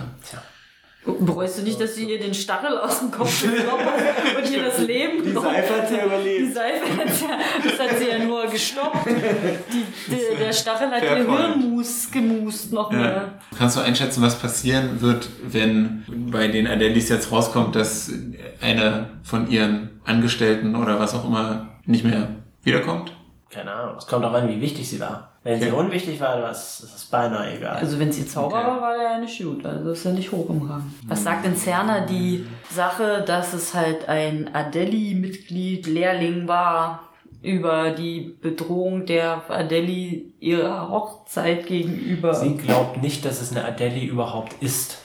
S5: bereust du nicht, dass du ihr den Stachel aus dem Kopf genommen hast und ihr das Leben
S4: Die
S5: genommen
S4: Seife hat ja
S5: Die
S4: überlebt.
S5: Seife hat ja, das hat sie ja nur gestoppt. Die, die, der Stachel hat
S2: Fair
S5: ihr
S2: point.
S5: Hirnmus gemust noch mehr.
S2: Kannst du einschätzen, was passieren wird, wenn bei den Adelis jetzt rauskommt, dass eine von ihren Angestellten oder was auch immer nicht mehr wiederkommt?
S3: Keine Ahnung. Es kommt auch an, wie wichtig sie war. Wenn sie
S2: Ja.
S3: unwichtig war, was ist es beinahe egal.
S5: Also wenn sie Zauberer war, war er ja nicht gut. Also ist ja nicht hoch im Rang. Was sagt denn Cerner die Sache, dass es halt ein Adeli-Mitglied, Lehrling war, über die Bedrohung der Adeli ihrer Hochzeit gegenüber?
S3: Also, sie glaubt nicht, dass es eine Adeli überhaupt ist.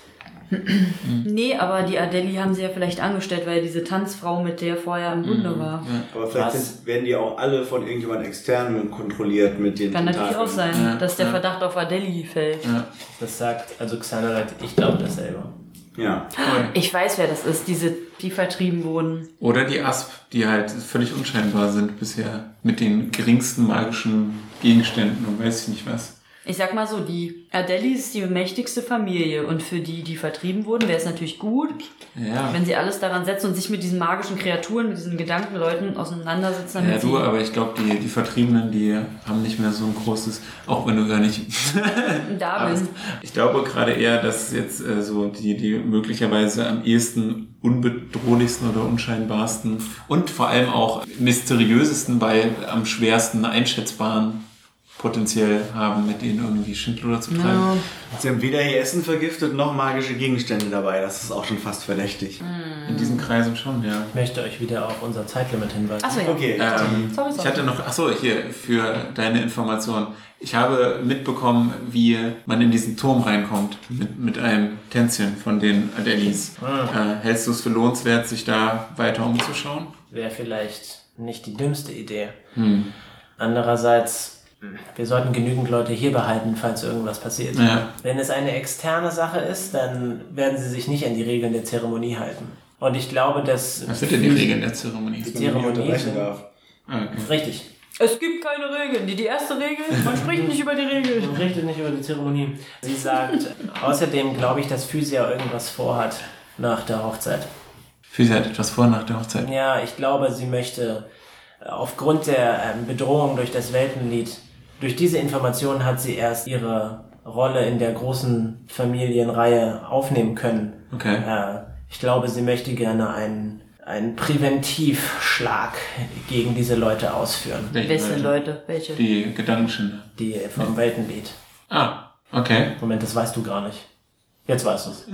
S5: nee, aber die Adeli haben sie ja vielleicht angestellt, weil diese Tanzfrau mit der vorher im Bunde
S2: Mhm.
S5: war.
S4: Aber vielleicht
S3: Was?
S4: sind, werden die auch alle von irgendjemand externen kontrolliert mit den
S5: Kann natürlich auch sein,
S2: Ja,
S5: dass der
S2: ja.
S5: Verdacht auf Adeli fällt.
S2: Ja.
S3: Das sagt, also Xander sagt, ich glaube dasselbe.
S4: Ja.
S2: Voll.
S5: Ich weiß, wer das ist, diese, die vertrieben wurden.
S2: Oder die Asp, die halt völlig unscheinbar sind bisher mit den geringsten magischen Gegenständen und weiß ich nicht was.
S5: Ich sag mal so, die Adeli ist die mächtigste Familie und für die, die vertrieben wurden, wäre es natürlich gut,
S2: Ja.
S5: wenn sie alles daran setzen und sich mit diesen magischen Kreaturen, mit diesen Gedankenleuten auseinandersetzen.
S2: Ja,
S5: damit
S2: Äh, du,
S5: sie-
S2: aber ich glaube, die, die Vertriebenen, die haben nicht mehr so ein großes, auch wenn du gar nicht
S5: da
S2: Aber
S5: bin.
S2: Ich glaube gerade eher, dass jetzt äh, so die, die möglicherweise am ehesten unbedrohlichsten oder unscheinbarsten und vor allem auch mysteriösesten bei am schwersten einschätzbaren potenziell haben, mit denen irgendwie Schindluder zu treiben.
S4: Sie haben weder ihr Essen vergiftet noch magische Gegenstände dabei. Das ist auch schon fast verdächtig.
S5: Mhm.
S2: In diesen Kreisen schon, ja.
S3: Ich möchte euch wieder auf unser Zeitlimit hinweisen.
S5: Achso, ja.
S4: Okay.
S2: Ähm,
S5: Sorry,
S2: ich
S5: sorry.
S2: hatte noch, achso, hier für deine Information. Ich habe mitbekommen, wie man in diesen Turm reinkommt mit, mit einem Tänzchen von den Adelis. Äh, hältst du es für lohnenswert, sich da weiter umzuschauen?
S3: Wäre vielleicht nicht die dümmste Idee. Hm. Andererseits, wir sollten genügend Leute hier behalten, falls irgendwas passiert.
S2: Ja.
S3: Wenn es eine externe Sache ist, dann werden sie sich nicht an die Regeln der Zeremonie halten. Und ich glaube, dass...
S2: Was sind denn die Regeln der Zeremonie?
S3: Die
S4: Wenn man nicht
S3: Zeremonie
S4: unterbrechen
S3: sind-
S4: darf.
S2: Ah, okay.
S3: Richtig.
S5: Es gibt keine Regeln. Die, die erste Regel, man spricht nicht über die Regeln.
S3: Man richtet nicht über die Zeremonie. Sie sagt, außerdem glaube ich, dass Physia irgendwas vorhat nach der Hochzeit.
S2: Füße hat etwas vor nach der Hochzeit.
S3: Ja, ich glaube, sie möchte äh, aufgrund der ähm, Bedrohung durch das Weltenlied, durch diese Information hat sie erst ihre Rolle in der großen Familienreihe aufnehmen können.
S2: Okay.
S3: Äh, ich glaube, sie möchte gerne einen, einen Präventivschlag gegen diese Leute ausführen,
S2: Welche
S5: Welche Leute? Welche?
S2: Die Gedankenschinde.
S3: die vom Weltenlied.
S2: Ah, okay.
S3: Moment, das weißt du gar nicht. Jetzt weißt du es.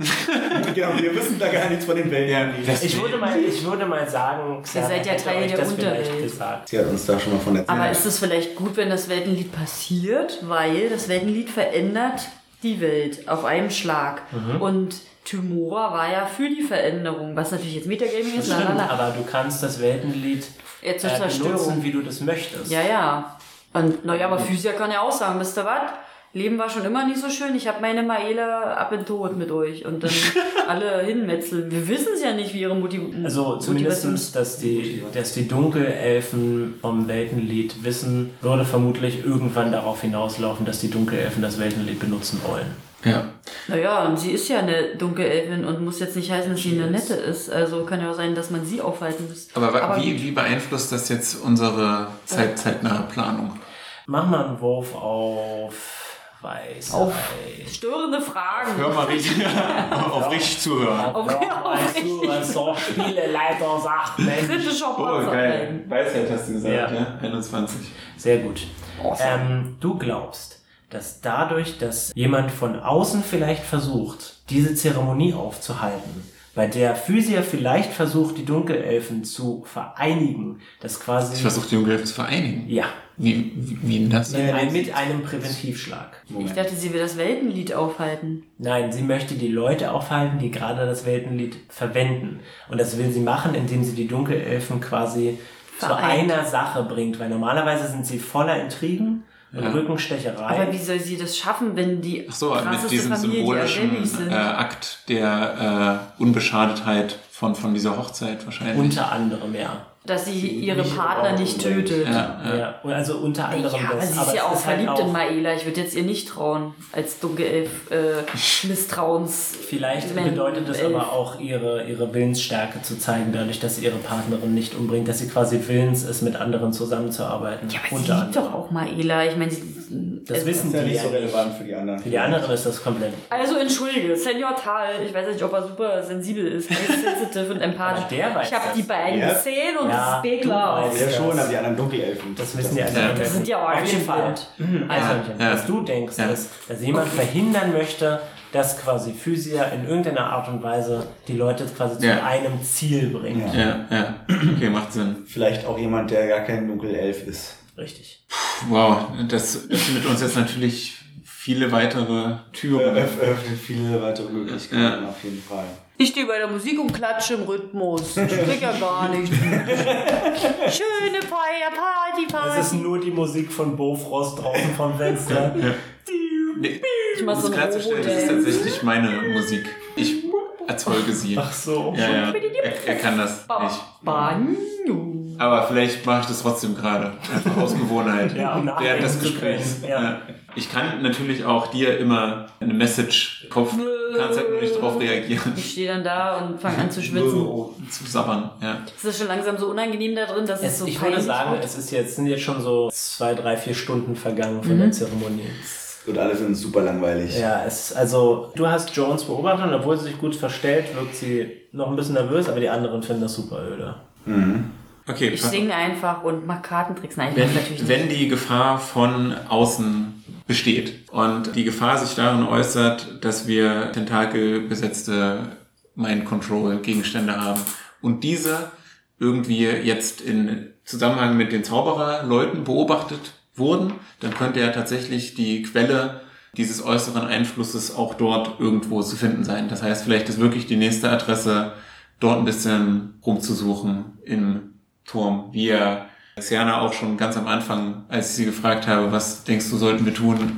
S4: Ja, wir wissen da gar nichts von den Wäldern.
S3: Ich würde mal, ich würde mal sagen, Xander
S5: seid ja
S3: hätte
S5: Teil
S3: euch
S5: der
S3: das vielleicht
S5: Unterwelt.
S3: gesagt.
S4: Sie hat uns da schon mal von erzählt.
S5: Aber ist es vielleicht gut, wenn das Weltenlied
S2: Mhm.
S5: passiert, weil das Weltenlied verändert die Welt auf einen Schlag. Und Tymora war ja für die Veränderung, was natürlich jetzt Metagaming ist.
S3: Stimmt,
S5: lalala.
S3: aber du kannst das Weltenlied
S5: Jetzt zur
S3: äh, benutzen,
S5: Zerstörung.
S3: wie du das möchtest.
S5: Ja, ja. Und naja, aber Physiker kann ja auch sagen, wisst ihr was? Leben war schon immer nicht so schön. Ich habe meine Maele ab in Tod mit euch und dann alle hinmetzeln. Wir wissen es ja nicht, wie ihre Motivation
S3: Also zumindest, dass die, dass die Dunkelelfen vom Weltenlied wissen, würde vermutlich irgendwann darauf hinauslaufen, dass die Dunkelelfen das Weltenlied benutzen wollen.
S2: Ja.
S5: Naja, und sie ist ja eine Dunkelelfin und muss jetzt nicht heißen, dass sie eine nette ist. Also kann ja auch sein, dass man sie aufhalten muss.
S2: Aber, wa- wie, wie beeinflusst das jetzt unsere zeit, zeitnahe Planung?
S3: Mach mal einen Wurf auf Weiß.
S5: Auf störende Fragen.
S2: Hör mal richtig, auf richtig zuhören.
S5: Auf- auf
S3: was so Spieleleiter sagt, Mensch.
S5: Kritischer
S2: Oh, geil. Weisheit hast du gesagt,
S3: Ja.
S2: ja. 21.
S3: Sehr gut. Ähm, du glaubst, dass dadurch, dass jemand von außen vielleicht versucht, diese Zeremonie aufzuhalten, bei der Physier vielleicht versucht, die Dunkelelfen zu vereinigen, dass
S2: Ich
S3: quasi
S2: versuche die Umgriffe zu vereinigen.
S3: ja
S2: Wie, wie, wie denn das?
S3: mit, ein, mit einem Präventivschlag.
S5: Ich dachte, sie will das Weltenlied aufhalten.
S3: Nein, sie möchte die Leute aufhalten, die gerade das Weltenlied verwenden. Und das will sie machen, indem sie die Dunkelelfen quasi
S5: Vereint.
S3: zu einer Sache bringt, weil normalerweise sind sie voller Intrigen und Rückenstecherei.
S5: Aber wie soll sie das schaffen, wenn die
S2: Ach so, mit
S5: krasseste
S2: diesem
S5: Familie, die
S2: symbolischen
S5: erdenklich sind?
S2: äh, Akt der äh, Unbeschadetheit von, von dieser Hochzeit wahrscheinlich.
S3: Unter anderem, ja.
S5: dass sie ihre
S4: nicht
S5: Partner
S4: überhaupt
S5: nicht
S4: unbedingt.
S5: tötet.
S2: ja, ja.
S3: Ja, also unter anderem
S5: Ja, aber
S3: das.
S5: sie ist ja
S3: es
S5: auch
S3: ist halt
S5: verliebt
S3: auch-
S5: in Maela. Ich würde jetzt ihr nicht trauen, als Dunkelelf äh, Misstrauens.
S3: Vielleicht
S5: Men-
S3: bedeutet es
S5: Elf.
S3: aber auch, ihre, ihre Willensstärke zu zeigen, dadurch, dass sie ihre Partnerin nicht umbringt, dass sie quasi willens ist, mit anderen zusammenzuarbeiten.
S5: Ja, aber sie liebt doch auch Maela. Ich meine, sie.
S3: Das
S5: also,
S3: wissen
S4: ist ja
S3: die
S4: nicht so
S3: ja nicht.
S4: relevant für die anderen.
S3: Für die anderen ist das komplett.
S5: also entschuldige, Senior Tal, ich weiß nicht, ob er super sensibel ist, heißt sensitive und empathisch.
S3: Aber der weiß
S5: ich habe
S3: das.
S5: die beiden
S4: Ja.
S5: gesehen und
S3: Ja,
S5: das ist
S3: du
S5: Begler.
S3: weißt.
S4: Ja, schon, aber die anderen Dunkelelfen.
S3: Das wissen die anderen.
S2: Ja.
S3: nicht.
S5: Das sind ja auch
S3: Auf jeden
S5: alle
S3: Fall. Also,
S2: Ja.
S3: was du denkst,
S2: Ja.
S3: ist, dass jemand verhindern möchte, dass quasi Physier in irgendeiner Art und Weise die Leute quasi zu
S2: Ja.
S3: einem Ziel bringt.
S4: Ja.
S2: ja, ja. Okay, macht Sinn.
S4: Vielleicht auch jemand, der gar kein Dunkelelf ist.
S3: Richtig.
S2: Wow, das öffnet uns jetzt natürlich viele weitere Türen.
S4: Öff- Öffnet viele weitere Möglichkeiten, auf jeden Fall.
S5: Ich stehe bei der Musik und klatsche im Rhythmus. Ich krieg ja gar nichts. Schöne Feier, Party,
S3: Es ist
S5: Party.
S3: nur die Musik von Bofrost draußen vom Fenster.
S2: Nee,
S5: Ich mach
S2: um
S5: so
S2: es
S5: einen
S2: klarzustellen, das ist
S5: Robo-Dance.
S2: tatsächlich meine Musik. Ich erzeuge sie.
S3: Ach so.
S2: Ja, ja. Er, er kann das nicht.
S5: Banjo.
S2: Aber vielleicht mache ich das trotzdem gerade. Einfach aus Gewohnheit.
S3: Ja, um nachdenken
S2: während des
S3: zu
S2: Gesprächs.
S3: können. Ja.
S2: Ja. Ich kann natürlich auch dir immer eine Message im Kopf. Du kannst halt nur nicht darauf reagieren.
S5: Ich stehe dann da und fange an zu schwitzen.
S2: Zu sabbern, ja.
S5: Es ist schon langsam so unangenehm da drin, dass es,
S3: Es,
S5: so
S3: ich würde
S5: peinlich
S3: sagen,
S5: wird.
S3: es ist jetzt, sind jetzt schon so zwei, drei, vier Stunden vergangen von der Zeremonie.
S4: Und alle sind super langweilig.
S3: Ja, es also du hast Jones beobachtet und obwohl sie sich gut verstellt, wirkt sie noch ein bisschen nervös, aber die anderen finden das super öde.
S2: Okay,
S5: ich
S2: pass-
S5: singe einfach und mache Kartentricks. Nein, ich
S2: wenn,
S5: mach natürlich nicht.
S2: wenn die Gefahr von außen besteht und die Gefahr sich darin äußert, dass wir tentakelbesetzte Mind-Control-Gegenstände haben und diese irgendwie jetzt in Zusammenhang mit den Zaubererleuten beobachtet wurden, dann könnte ja tatsächlich die Quelle dieses äußeren Einflusses auch dort irgendwo zu finden sein. Das heißt, vielleicht ist wirklich die nächste Adresse, dort ein bisschen rumzusuchen im Turm, wie er Siana auch schon ganz am Anfang, als ich sie gefragt habe, was denkst du, sollten wir tun,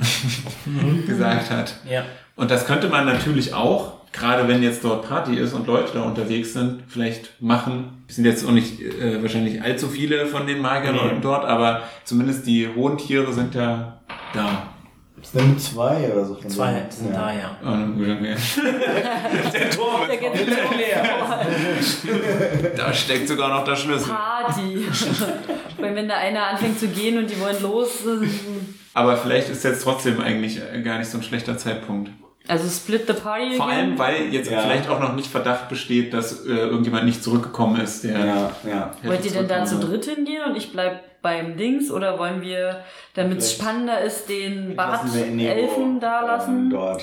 S2: gesagt hat.
S3: Ja.
S2: Und das könnte man natürlich auch, gerade wenn jetzt dort Party ist und Leute da unterwegs sind, vielleicht machen. Es sind jetzt auch nicht äh, wahrscheinlich allzu viele von den Magierleuten
S3: Nee.
S2: dort, aber zumindest die hohen Tiere sind ja da.
S4: Es sind zwei oder so. von
S3: Zwei
S4: denen.
S3: sind
S4: Ja.
S3: da, ja.
S2: Und gut, okay.
S5: Da geht's nicht mehr.
S2: Da steckt sogar noch der Schlüssel.
S5: Party. Weil wenn da einer anfängt zu gehen und die wollen los. äh,
S2: Aber vielleicht ist jetzt trotzdem eigentlich äh, gar nicht so ein schlechter Zeitpunkt.
S5: Also split the party
S2: Vor allem,
S5: again.
S2: weil jetzt
S4: Ja.
S2: vielleicht auch noch nicht Verdacht besteht, dass äh, irgendjemand nicht zurückgekommen ist, der
S4: Ja, ja.
S2: hätte
S5: Wollt ihr denn da zu
S2: zurückkommen
S5: dritt hingehen und ich bleib beim Dings? Oder wollen wir, damit es
S4: Vielleicht.
S5: spannender ist, den
S4: Lassen wir Inigo,
S5: Bart-Elfen da
S4: ähm,
S5: lassen?
S4: Dort.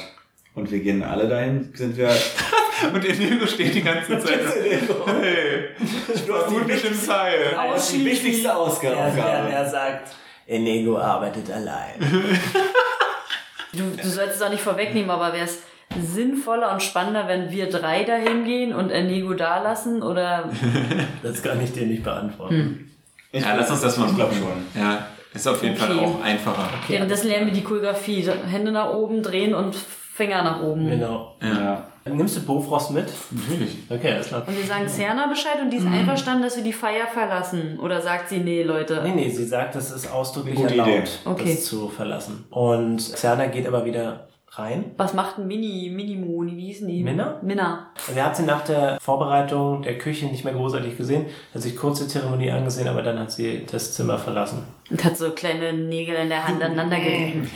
S4: Und wir gehen alle dahin, sind wir.
S2: sollen. Und Inigo steht die ganze Zeit. hey, ich war gut nicht im Teil.
S4: Das ist die wichtigste Ausgabe.
S3: Er, er, er sagt, Enego arbeitet allein.
S5: Du, du sollst es auch nicht vorwegnehmen, aber wer es sinnvoller und spannender, wenn wir drei dahin gehen und Enigo da lassen oder
S3: Das kann ich dir nicht beantworten.
S4: Ich
S2: Ja, lass uns das mal
S4: Ich glaube
S2: machen.
S4: schon.
S2: Ja, ist auf jeden
S5: Okay.
S2: Fall auch einfacher.
S5: währenddessen lernen wir die Choreografie. Hände nach oben drehen und Finger nach oben.
S3: Genau.
S4: Ja.
S3: Nimmst du Bofrost mit?
S2: Natürlich.
S3: Okay, alles klar.
S5: Und wir sagen Serna Bescheid und die ist
S4: Mhm.
S5: einverstanden, dass wir die Feier verlassen. Oder sagt sie, nee,
S3: Nee,
S5: Leute.
S3: nee, sie sagt, das ist ausdrücklich
S4: Gute
S3: erlaubt,
S4: Idee.
S5: Okay.
S3: das zu verlassen. Und Xana geht aber wieder rein.
S5: Was macht ein Mini, Mini-Moni? Wie hieß denn die?
S3: Minna?
S5: Minna.
S3: Und er hat sie nach der Vorbereitung der Küche nicht mehr großartig gesehen, hat sich kurz die Zeremonie angesehen, aber dann hat sie das Zimmer verlassen.
S5: Und hat so kleine Nägel in der Hand aneinander gerieben.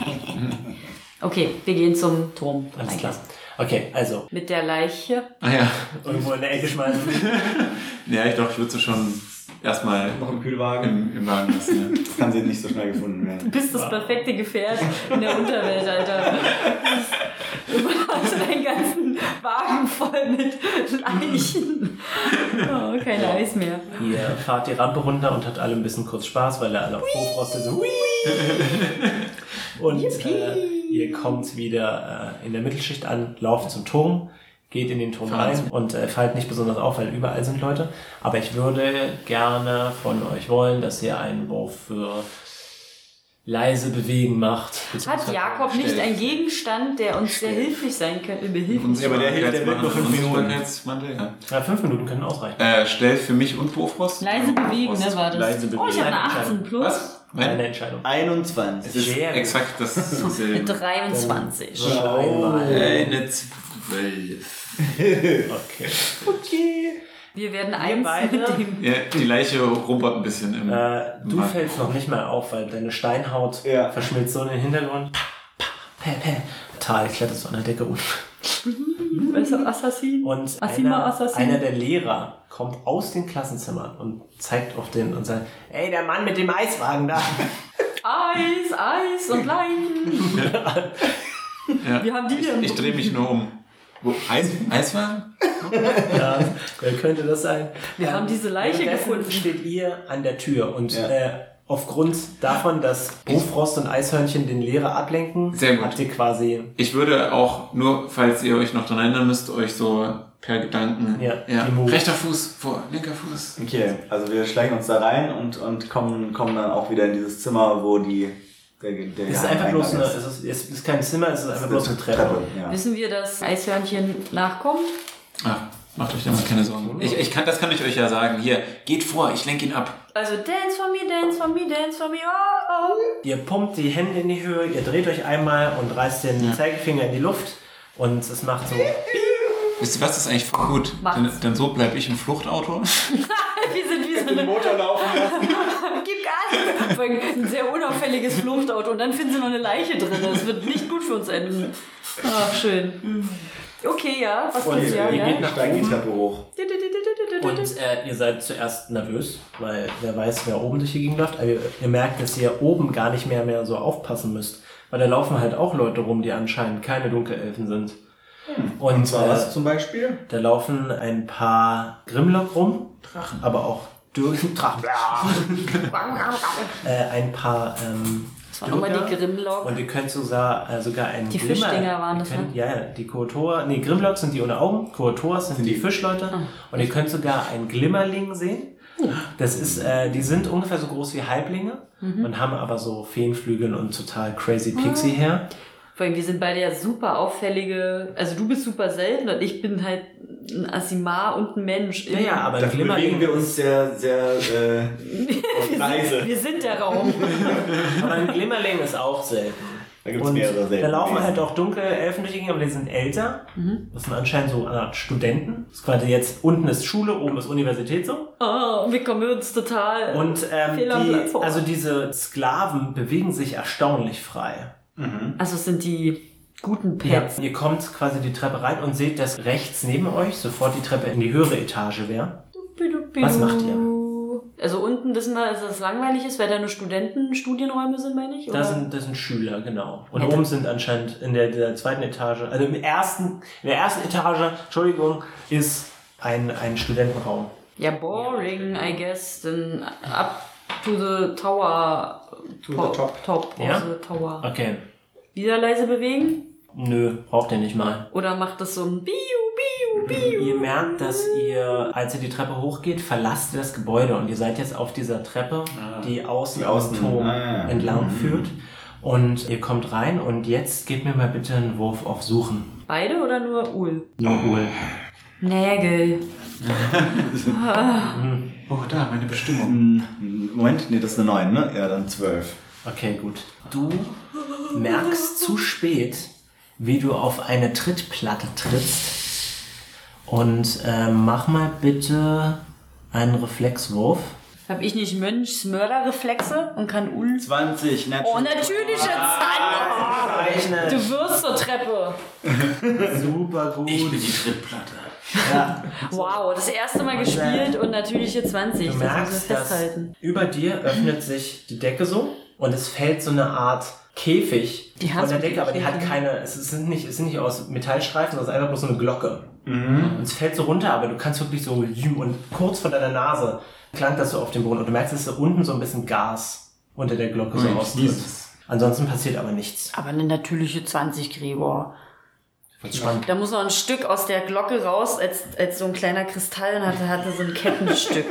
S5: Okay, wir gehen zum Turm.
S3: Alles klar. Okay, also,
S5: Mit der Leiche.
S2: Ah ja.
S3: irgendwo in der Ecke schmeißen.
S2: Ja, ich glaube, ich würde sie schon erstmal
S4: Noch im Kühlwagen.
S2: im, im Wagen lassen. Ja.
S4: Das kann sie nicht so schnell gefunden werden.
S5: Du bist das perfekte Gefährt in der Unterwelt, Alter. Du hast deinen ganzen Wagen voll mit Leichen. Oh, kein Eis mehr.
S3: Ihr fahrt die Rampe runter und habt alle ein bisschen kurz Spaß, weil ihr alle auf Bofrost sind. So, "Wii!" und äh, ihr kommt wieder äh, in der Mittelschicht an, lauft zum Turm, geht in den Turm
S2: Fahrt.
S3: rein und äh, fallt nicht besonders auf, weil überall sind Leute. Aber ich würde gerne von euch wollen, dass ihr einen Wurf für leise bewegen macht.
S5: Hat Jakob nicht einen Gegenstand, der uns sehr hilflich sein könnte? Behilflich.
S4: Ja, aber der hilft, der wirkt nur fünf Minuten.
S2: Mantel, ja.
S3: Ja, fünf Minuten können ausreichen.
S2: Äh, stell für mich und Bofrost.
S5: Leise bewegen,
S2: Bofrost.
S5: ne, war das?
S4: Leise bewegen.
S5: Oh, ich habe eine 18 plus.
S2: Was?
S3: Eine
S2: Mein?
S3: Entscheidung.
S4: 21.
S2: Das Äh, ist
S3: Sehr gut.
S2: exakt das
S5: Mit
S2: selbe.
S5: 23.
S3: Oh. Einmal.
S2: Eine Zwölf.
S3: Okay.
S5: Wir werden eins
S3: beide?
S5: mit dem.
S2: Ja, die Leiche rumpert ein bisschen im.
S3: Äh, du
S2: Mann.
S3: fällst noch nicht mal auf, weil deine Steinhaut
S4: Ja.
S3: verschmilzt so in den Hintergrund. Pä, pä. Tal kletterst du an der Decke um.
S5: Assassin.
S3: Und
S5: Asima
S3: einer,
S5: Assassin.
S3: einer der Lehrer kommt aus den Klassenzimmern und zeigt auf den und sagt, ey, der Mann mit dem Eiswagen da.
S5: Eis, Eis und Leichen.
S2: ja.
S5: Wir haben die hier. im-
S2: Ich drehe mich nur um. Wo? Eis, Eiswagen?
S3: ja, wer könnte das sein? Ähm,
S5: Wir haben diese Leiche
S3: währenddessen
S5: gefunden.
S3: steht ihr an der Tür und
S4: Ja.
S3: äh, aufgrund davon, dass Bofrost und Eishörnchen den Lehrer ablenken,
S2: Sehr gut.
S3: habt ihr quasi
S2: Ich würde auch, nur falls ihr euch noch daran erinnern müsst, euch so per Gedanken.
S3: Ja,
S2: ja.
S3: die Moves.
S2: Rechter Fuß vor, linker Fuß.
S4: Okay, also wir schleichen uns da rein und, und kommen, kommen dann auch wieder in dieses Zimmer, wo die. Der, der
S3: es ist einfach bloß eine, es ist, es ist kein Zimmer, es ist einfach bloß eine Treppe.
S4: ja.
S5: Wissen wir, dass Eishörnchen nachkommt?
S2: Ah, macht euch da mal keine Sorgen. Ich, ich kann, das kann ich euch ja sagen. Hier, geht vor, ich lenke ihn ab.
S5: Also dance for me, dance for me, dance for me. Oh, oh.
S3: Ihr pumpt die Hände in die Höhe, ihr dreht euch einmal und reißt den Zeigefinger in die Luft und es macht so.
S2: Wisst ihr was, das ist eigentlich voll gut.
S5: Macht's.
S2: Denn, denn so bleibe ich im Fluchtauto.
S5: Wir sind wie so eine
S4: Motor laufen lassen.
S5: Gib Gas! Vor allem Ein sehr unauffälliges Fluchtauto und dann finden sie noch eine Leiche drin. Das wird nicht gut für uns enden. Ach, schön. Okay, ja, was
S3: Und
S5: gibt's ja?
S3: ihr
S5: ja?
S3: geht-
S4: Wir steigen die Treppe hoch.
S3: Und äh, ihr seid zuerst nervös, weil wer weiß, wer oben durch die Gegend läuft. Aber ihr, ihr merkt, dass ihr oben gar nicht mehr, mehr so aufpassen müsst. Weil da laufen halt auch Leute rum, die anscheinend keine Dunkelelfen sind. Und,
S4: Und zwar
S3: äh,
S4: was zum Beispiel?
S3: Da laufen ein paar Grimlock rum, Drachen, aber auch Dürren, Drachen, äh, ein paar ähm,
S5: war nochmal
S3: Dürger.
S5: die Grimlock.
S3: Und ihr könnt sogar, äh, sogar einen
S5: Die Fischdinger waren
S3: ihr
S5: das,
S3: könnt,
S5: ne?
S3: Ja, ja, die Kotor, nee, Grimlock sind die ohne Augen, Kotoras sind die Fischleute
S5: Ah.
S3: und ihr könnt sogar einen Glimmerling sehen.
S5: Oh.
S3: Das ist, äh, die sind ungefähr so groß wie Halblinge
S5: Mhm.
S3: und haben aber so Feenflügel und total crazy
S5: Ah.
S3: Pixie her.
S5: Vor allem, wir sind beide ja super auffällige. Also, du bist super selten und ich bin halt ein Asimar und ein Mensch.
S3: Ja, ja, aber ein
S4: Dafür bewegen
S3: Glimmerling,
S4: wir uns sehr, sehr äh, auf Reise.
S5: Wir sind der Raum.
S3: aber ein Glimmerling ist auch selten.
S4: Da gibt's
S3: Und
S4: mehrere selten
S3: Da laufen
S4: Wesen.
S3: halt auch dunkle Elfen durch die Gegend, aber die sind älter.
S5: Mhm.
S3: Das sind anscheinend so eine Art Studenten. Das ist quasi jetzt unten ist Schule, oben ist Universität so.
S5: Oh, wir kommen uns total.
S3: Und ähm,
S5: Fehl am Platz oh.
S3: die,
S5: vor.
S3: also diese Sklaven bewegen sich erstaunlich frei.
S5: also, es sind die guten Pets.
S3: Ihr kommt quasi die Treppe rein und seht, dass rechts neben euch sofort die Treppe in die höhere Etage wäre. Was macht
S5: Also unten wissen wir, dass es langweilig ist, weil da nur Studenten Studienräume sind, meine ich.
S3: Da sind, das sind Schüler, genau. Und
S5: Ja,
S3: oben sind anscheinend in der, der zweiten Etage, also im ersten, in der ersten Etage, Entschuldigung, ist ein, ein Studentenraum.
S5: ja, boring, I guess. Dann up to the tower.
S4: To the top.
S5: Top of
S3: Ja?
S5: the tower.
S3: Okay.
S5: Wieder leise bewegen.
S3: Nö, braucht ihr nicht mal.
S5: Oder macht das so ein Biu, Biu, Biu?
S3: Ihr merkt, dass ihr, als ihr die Treppe hochgeht, verlasst ihr das Gebäude und ihr seid jetzt auf dieser Treppe,
S6: Ah.
S3: die außen
S4: Die
S3: am
S4: außen,
S3: Turm
S4: ah, ja.
S3: entlang
S4: Mhm.
S3: führt. Und ihr kommt rein und jetzt gebt mir mal bitte einen Wurf auf Suchen.
S5: Beide oder nur Ul?
S3: Nur Uhl.
S5: Nägel.
S6: Oh, da, meine Bestimmung.
S4: Hm, Moment, nee, das ist eine 9, ne? Ja, dann 12.
S3: Okay, gut. Du merkst zu spät, wie du auf eine Trittplatte trittst. Und äh, mach mal bitte einen Reflexwurf.
S5: Hab ich nicht Mönchsmörderreflexe und kann Ul?
S4: 20,
S5: Oh,
S4: natürlich.
S5: natürlich jetzt
S3: Ah.
S5: Du wirst zur Treppe.
S3: Super gut.
S6: Ich bin die Trittplatte.
S5: Wow, das erste Mal gespielt und natürliche 20.
S3: Du
S5: Das müssen
S3: merkst,
S5: wir
S3: dass
S5: festhalten.
S3: über dir öffnet sich die Decke so und es fällt so eine Art Käfig
S5: Die
S3: von der
S5: Hasenkäfig.
S3: Decke, aber die hat keine, es ist nicht, es ist nicht aus Metallstreifen, sondern es ist einfach bloß so eine Glocke. Und es fällt so runter, aber du kannst wirklich so und kurz vor deiner Nase klang das so auf den Boden und du merkst, dass da unten so ein bisschen Gas unter der Glocke so
S2: Ui,
S3: austritt.
S2: Jesus.
S3: Ansonsten passiert aber nichts.
S5: Aber eine natürliche 20, Gregor.
S3: Wird's spannend.
S5: Da muss noch ein Stück aus der Glocke raus, als, als so ein kleiner Kristall und hatte, hatte so ein Kettenstück.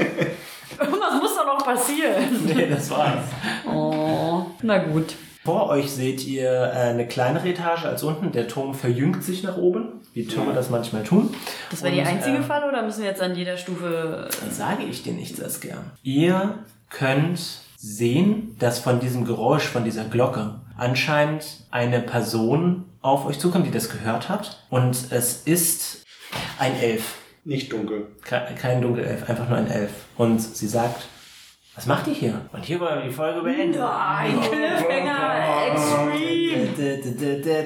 S5: Irgendwas muss doch noch passieren.
S3: Nee, das war's.
S5: Oh, na gut.
S3: Vor euch seht ihr äh, eine kleinere Etage als unten. Der Turm verjüngt sich nach oben, wie Türme das manchmal tun.
S5: Das war die
S3: Und,
S5: einzige
S3: ähm,
S5: Falle oder müssen wir jetzt an jeder Stufe. äh,
S3: Dann sage ich dir nichts als gern. Ihr könnt sehen, dass von diesem Geräusch, von dieser Glocke, anscheinend eine Person auf euch zukommt, die das gehört hat. Und es ist ein Elf.
S4: Nicht dunkel.
S3: Ke- Kein Dunkelelf, einfach nur ein Elf. Und sie sagt, was macht ihr hier? Und hier wollen wir die Folge beenden.
S5: Nein, Cliffhanger, extreme!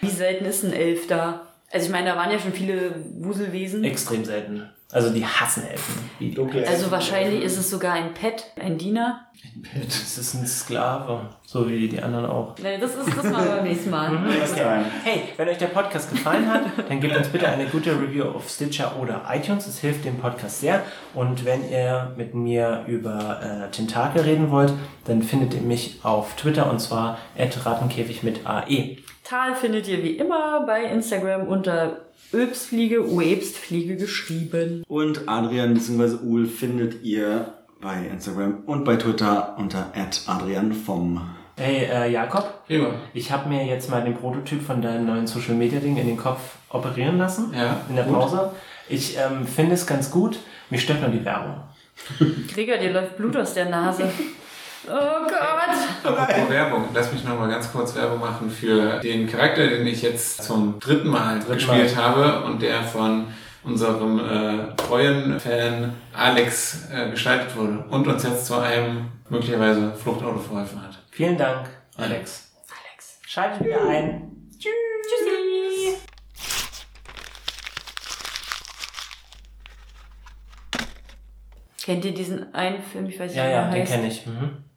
S5: Wie selten ist ein Elf da? Also ich meine, da waren ja schon viele Wuselwesen.
S3: Extrem selten. Also die hassen Elfen.
S4: Dunkel.
S5: Also wahrscheinlich ist es sogar ein Pet, ein Diener.
S3: Es ist ein Sklave, so wie die anderen auch.
S5: Nein, das ist das mal beim nächsten Mal.
S4: Next time.
S3: Hey, wenn euch der Podcast gefallen hat, dann gebt uns bitte eine gute Review auf Stitcher oder iTunes. Es hilft dem Podcast sehr. Und wenn ihr mit mir über äh, Tentakel reden wollt, dann findet ihr mich auf Twitter und zwar @rattenkäfig mit E. AE.
S5: Tal findet ihr wie immer bei Instagram unter Öbstfliege, Uebstfliege geschrieben.
S4: Und Adrian bzw. Uhl findet ihr bei Instagram und bei Twitter unter Adrian vom.
S3: Hey, äh, Jakob,
S2: Immer.
S3: ich habe mir jetzt mal den Prototyp von deinem neuen Social Media Ding in den Kopf operieren lassen.
S2: Ja,
S3: In der
S2: gut.
S3: Pause. Ich ähm, finde es ganz gut. Mich stört nur die Werbung.
S5: Gregor, dir läuft Blut aus der Nase. Oh Gott!
S2: Apropos Werbung, lass mich nochmal ganz kurz Werbung machen für den Charakter, den ich jetzt zum dritten Mal gespielt habe und der von unserem äh, treuen Fan Alex äh, gestaltet wurde und uns jetzt zu einem möglicherweise Fluchtauto verholfen hat.
S3: Vielen Dank, Alex.
S5: Alex.
S3: Schaltet wieder ein.
S5: Tschüssi! Kennt ihr diesen einen Film? Ich weiß nicht,
S3: Ja,
S5: wie
S3: ja,
S5: er
S3: den
S5: heißt.
S3: kenne ich. Mhm.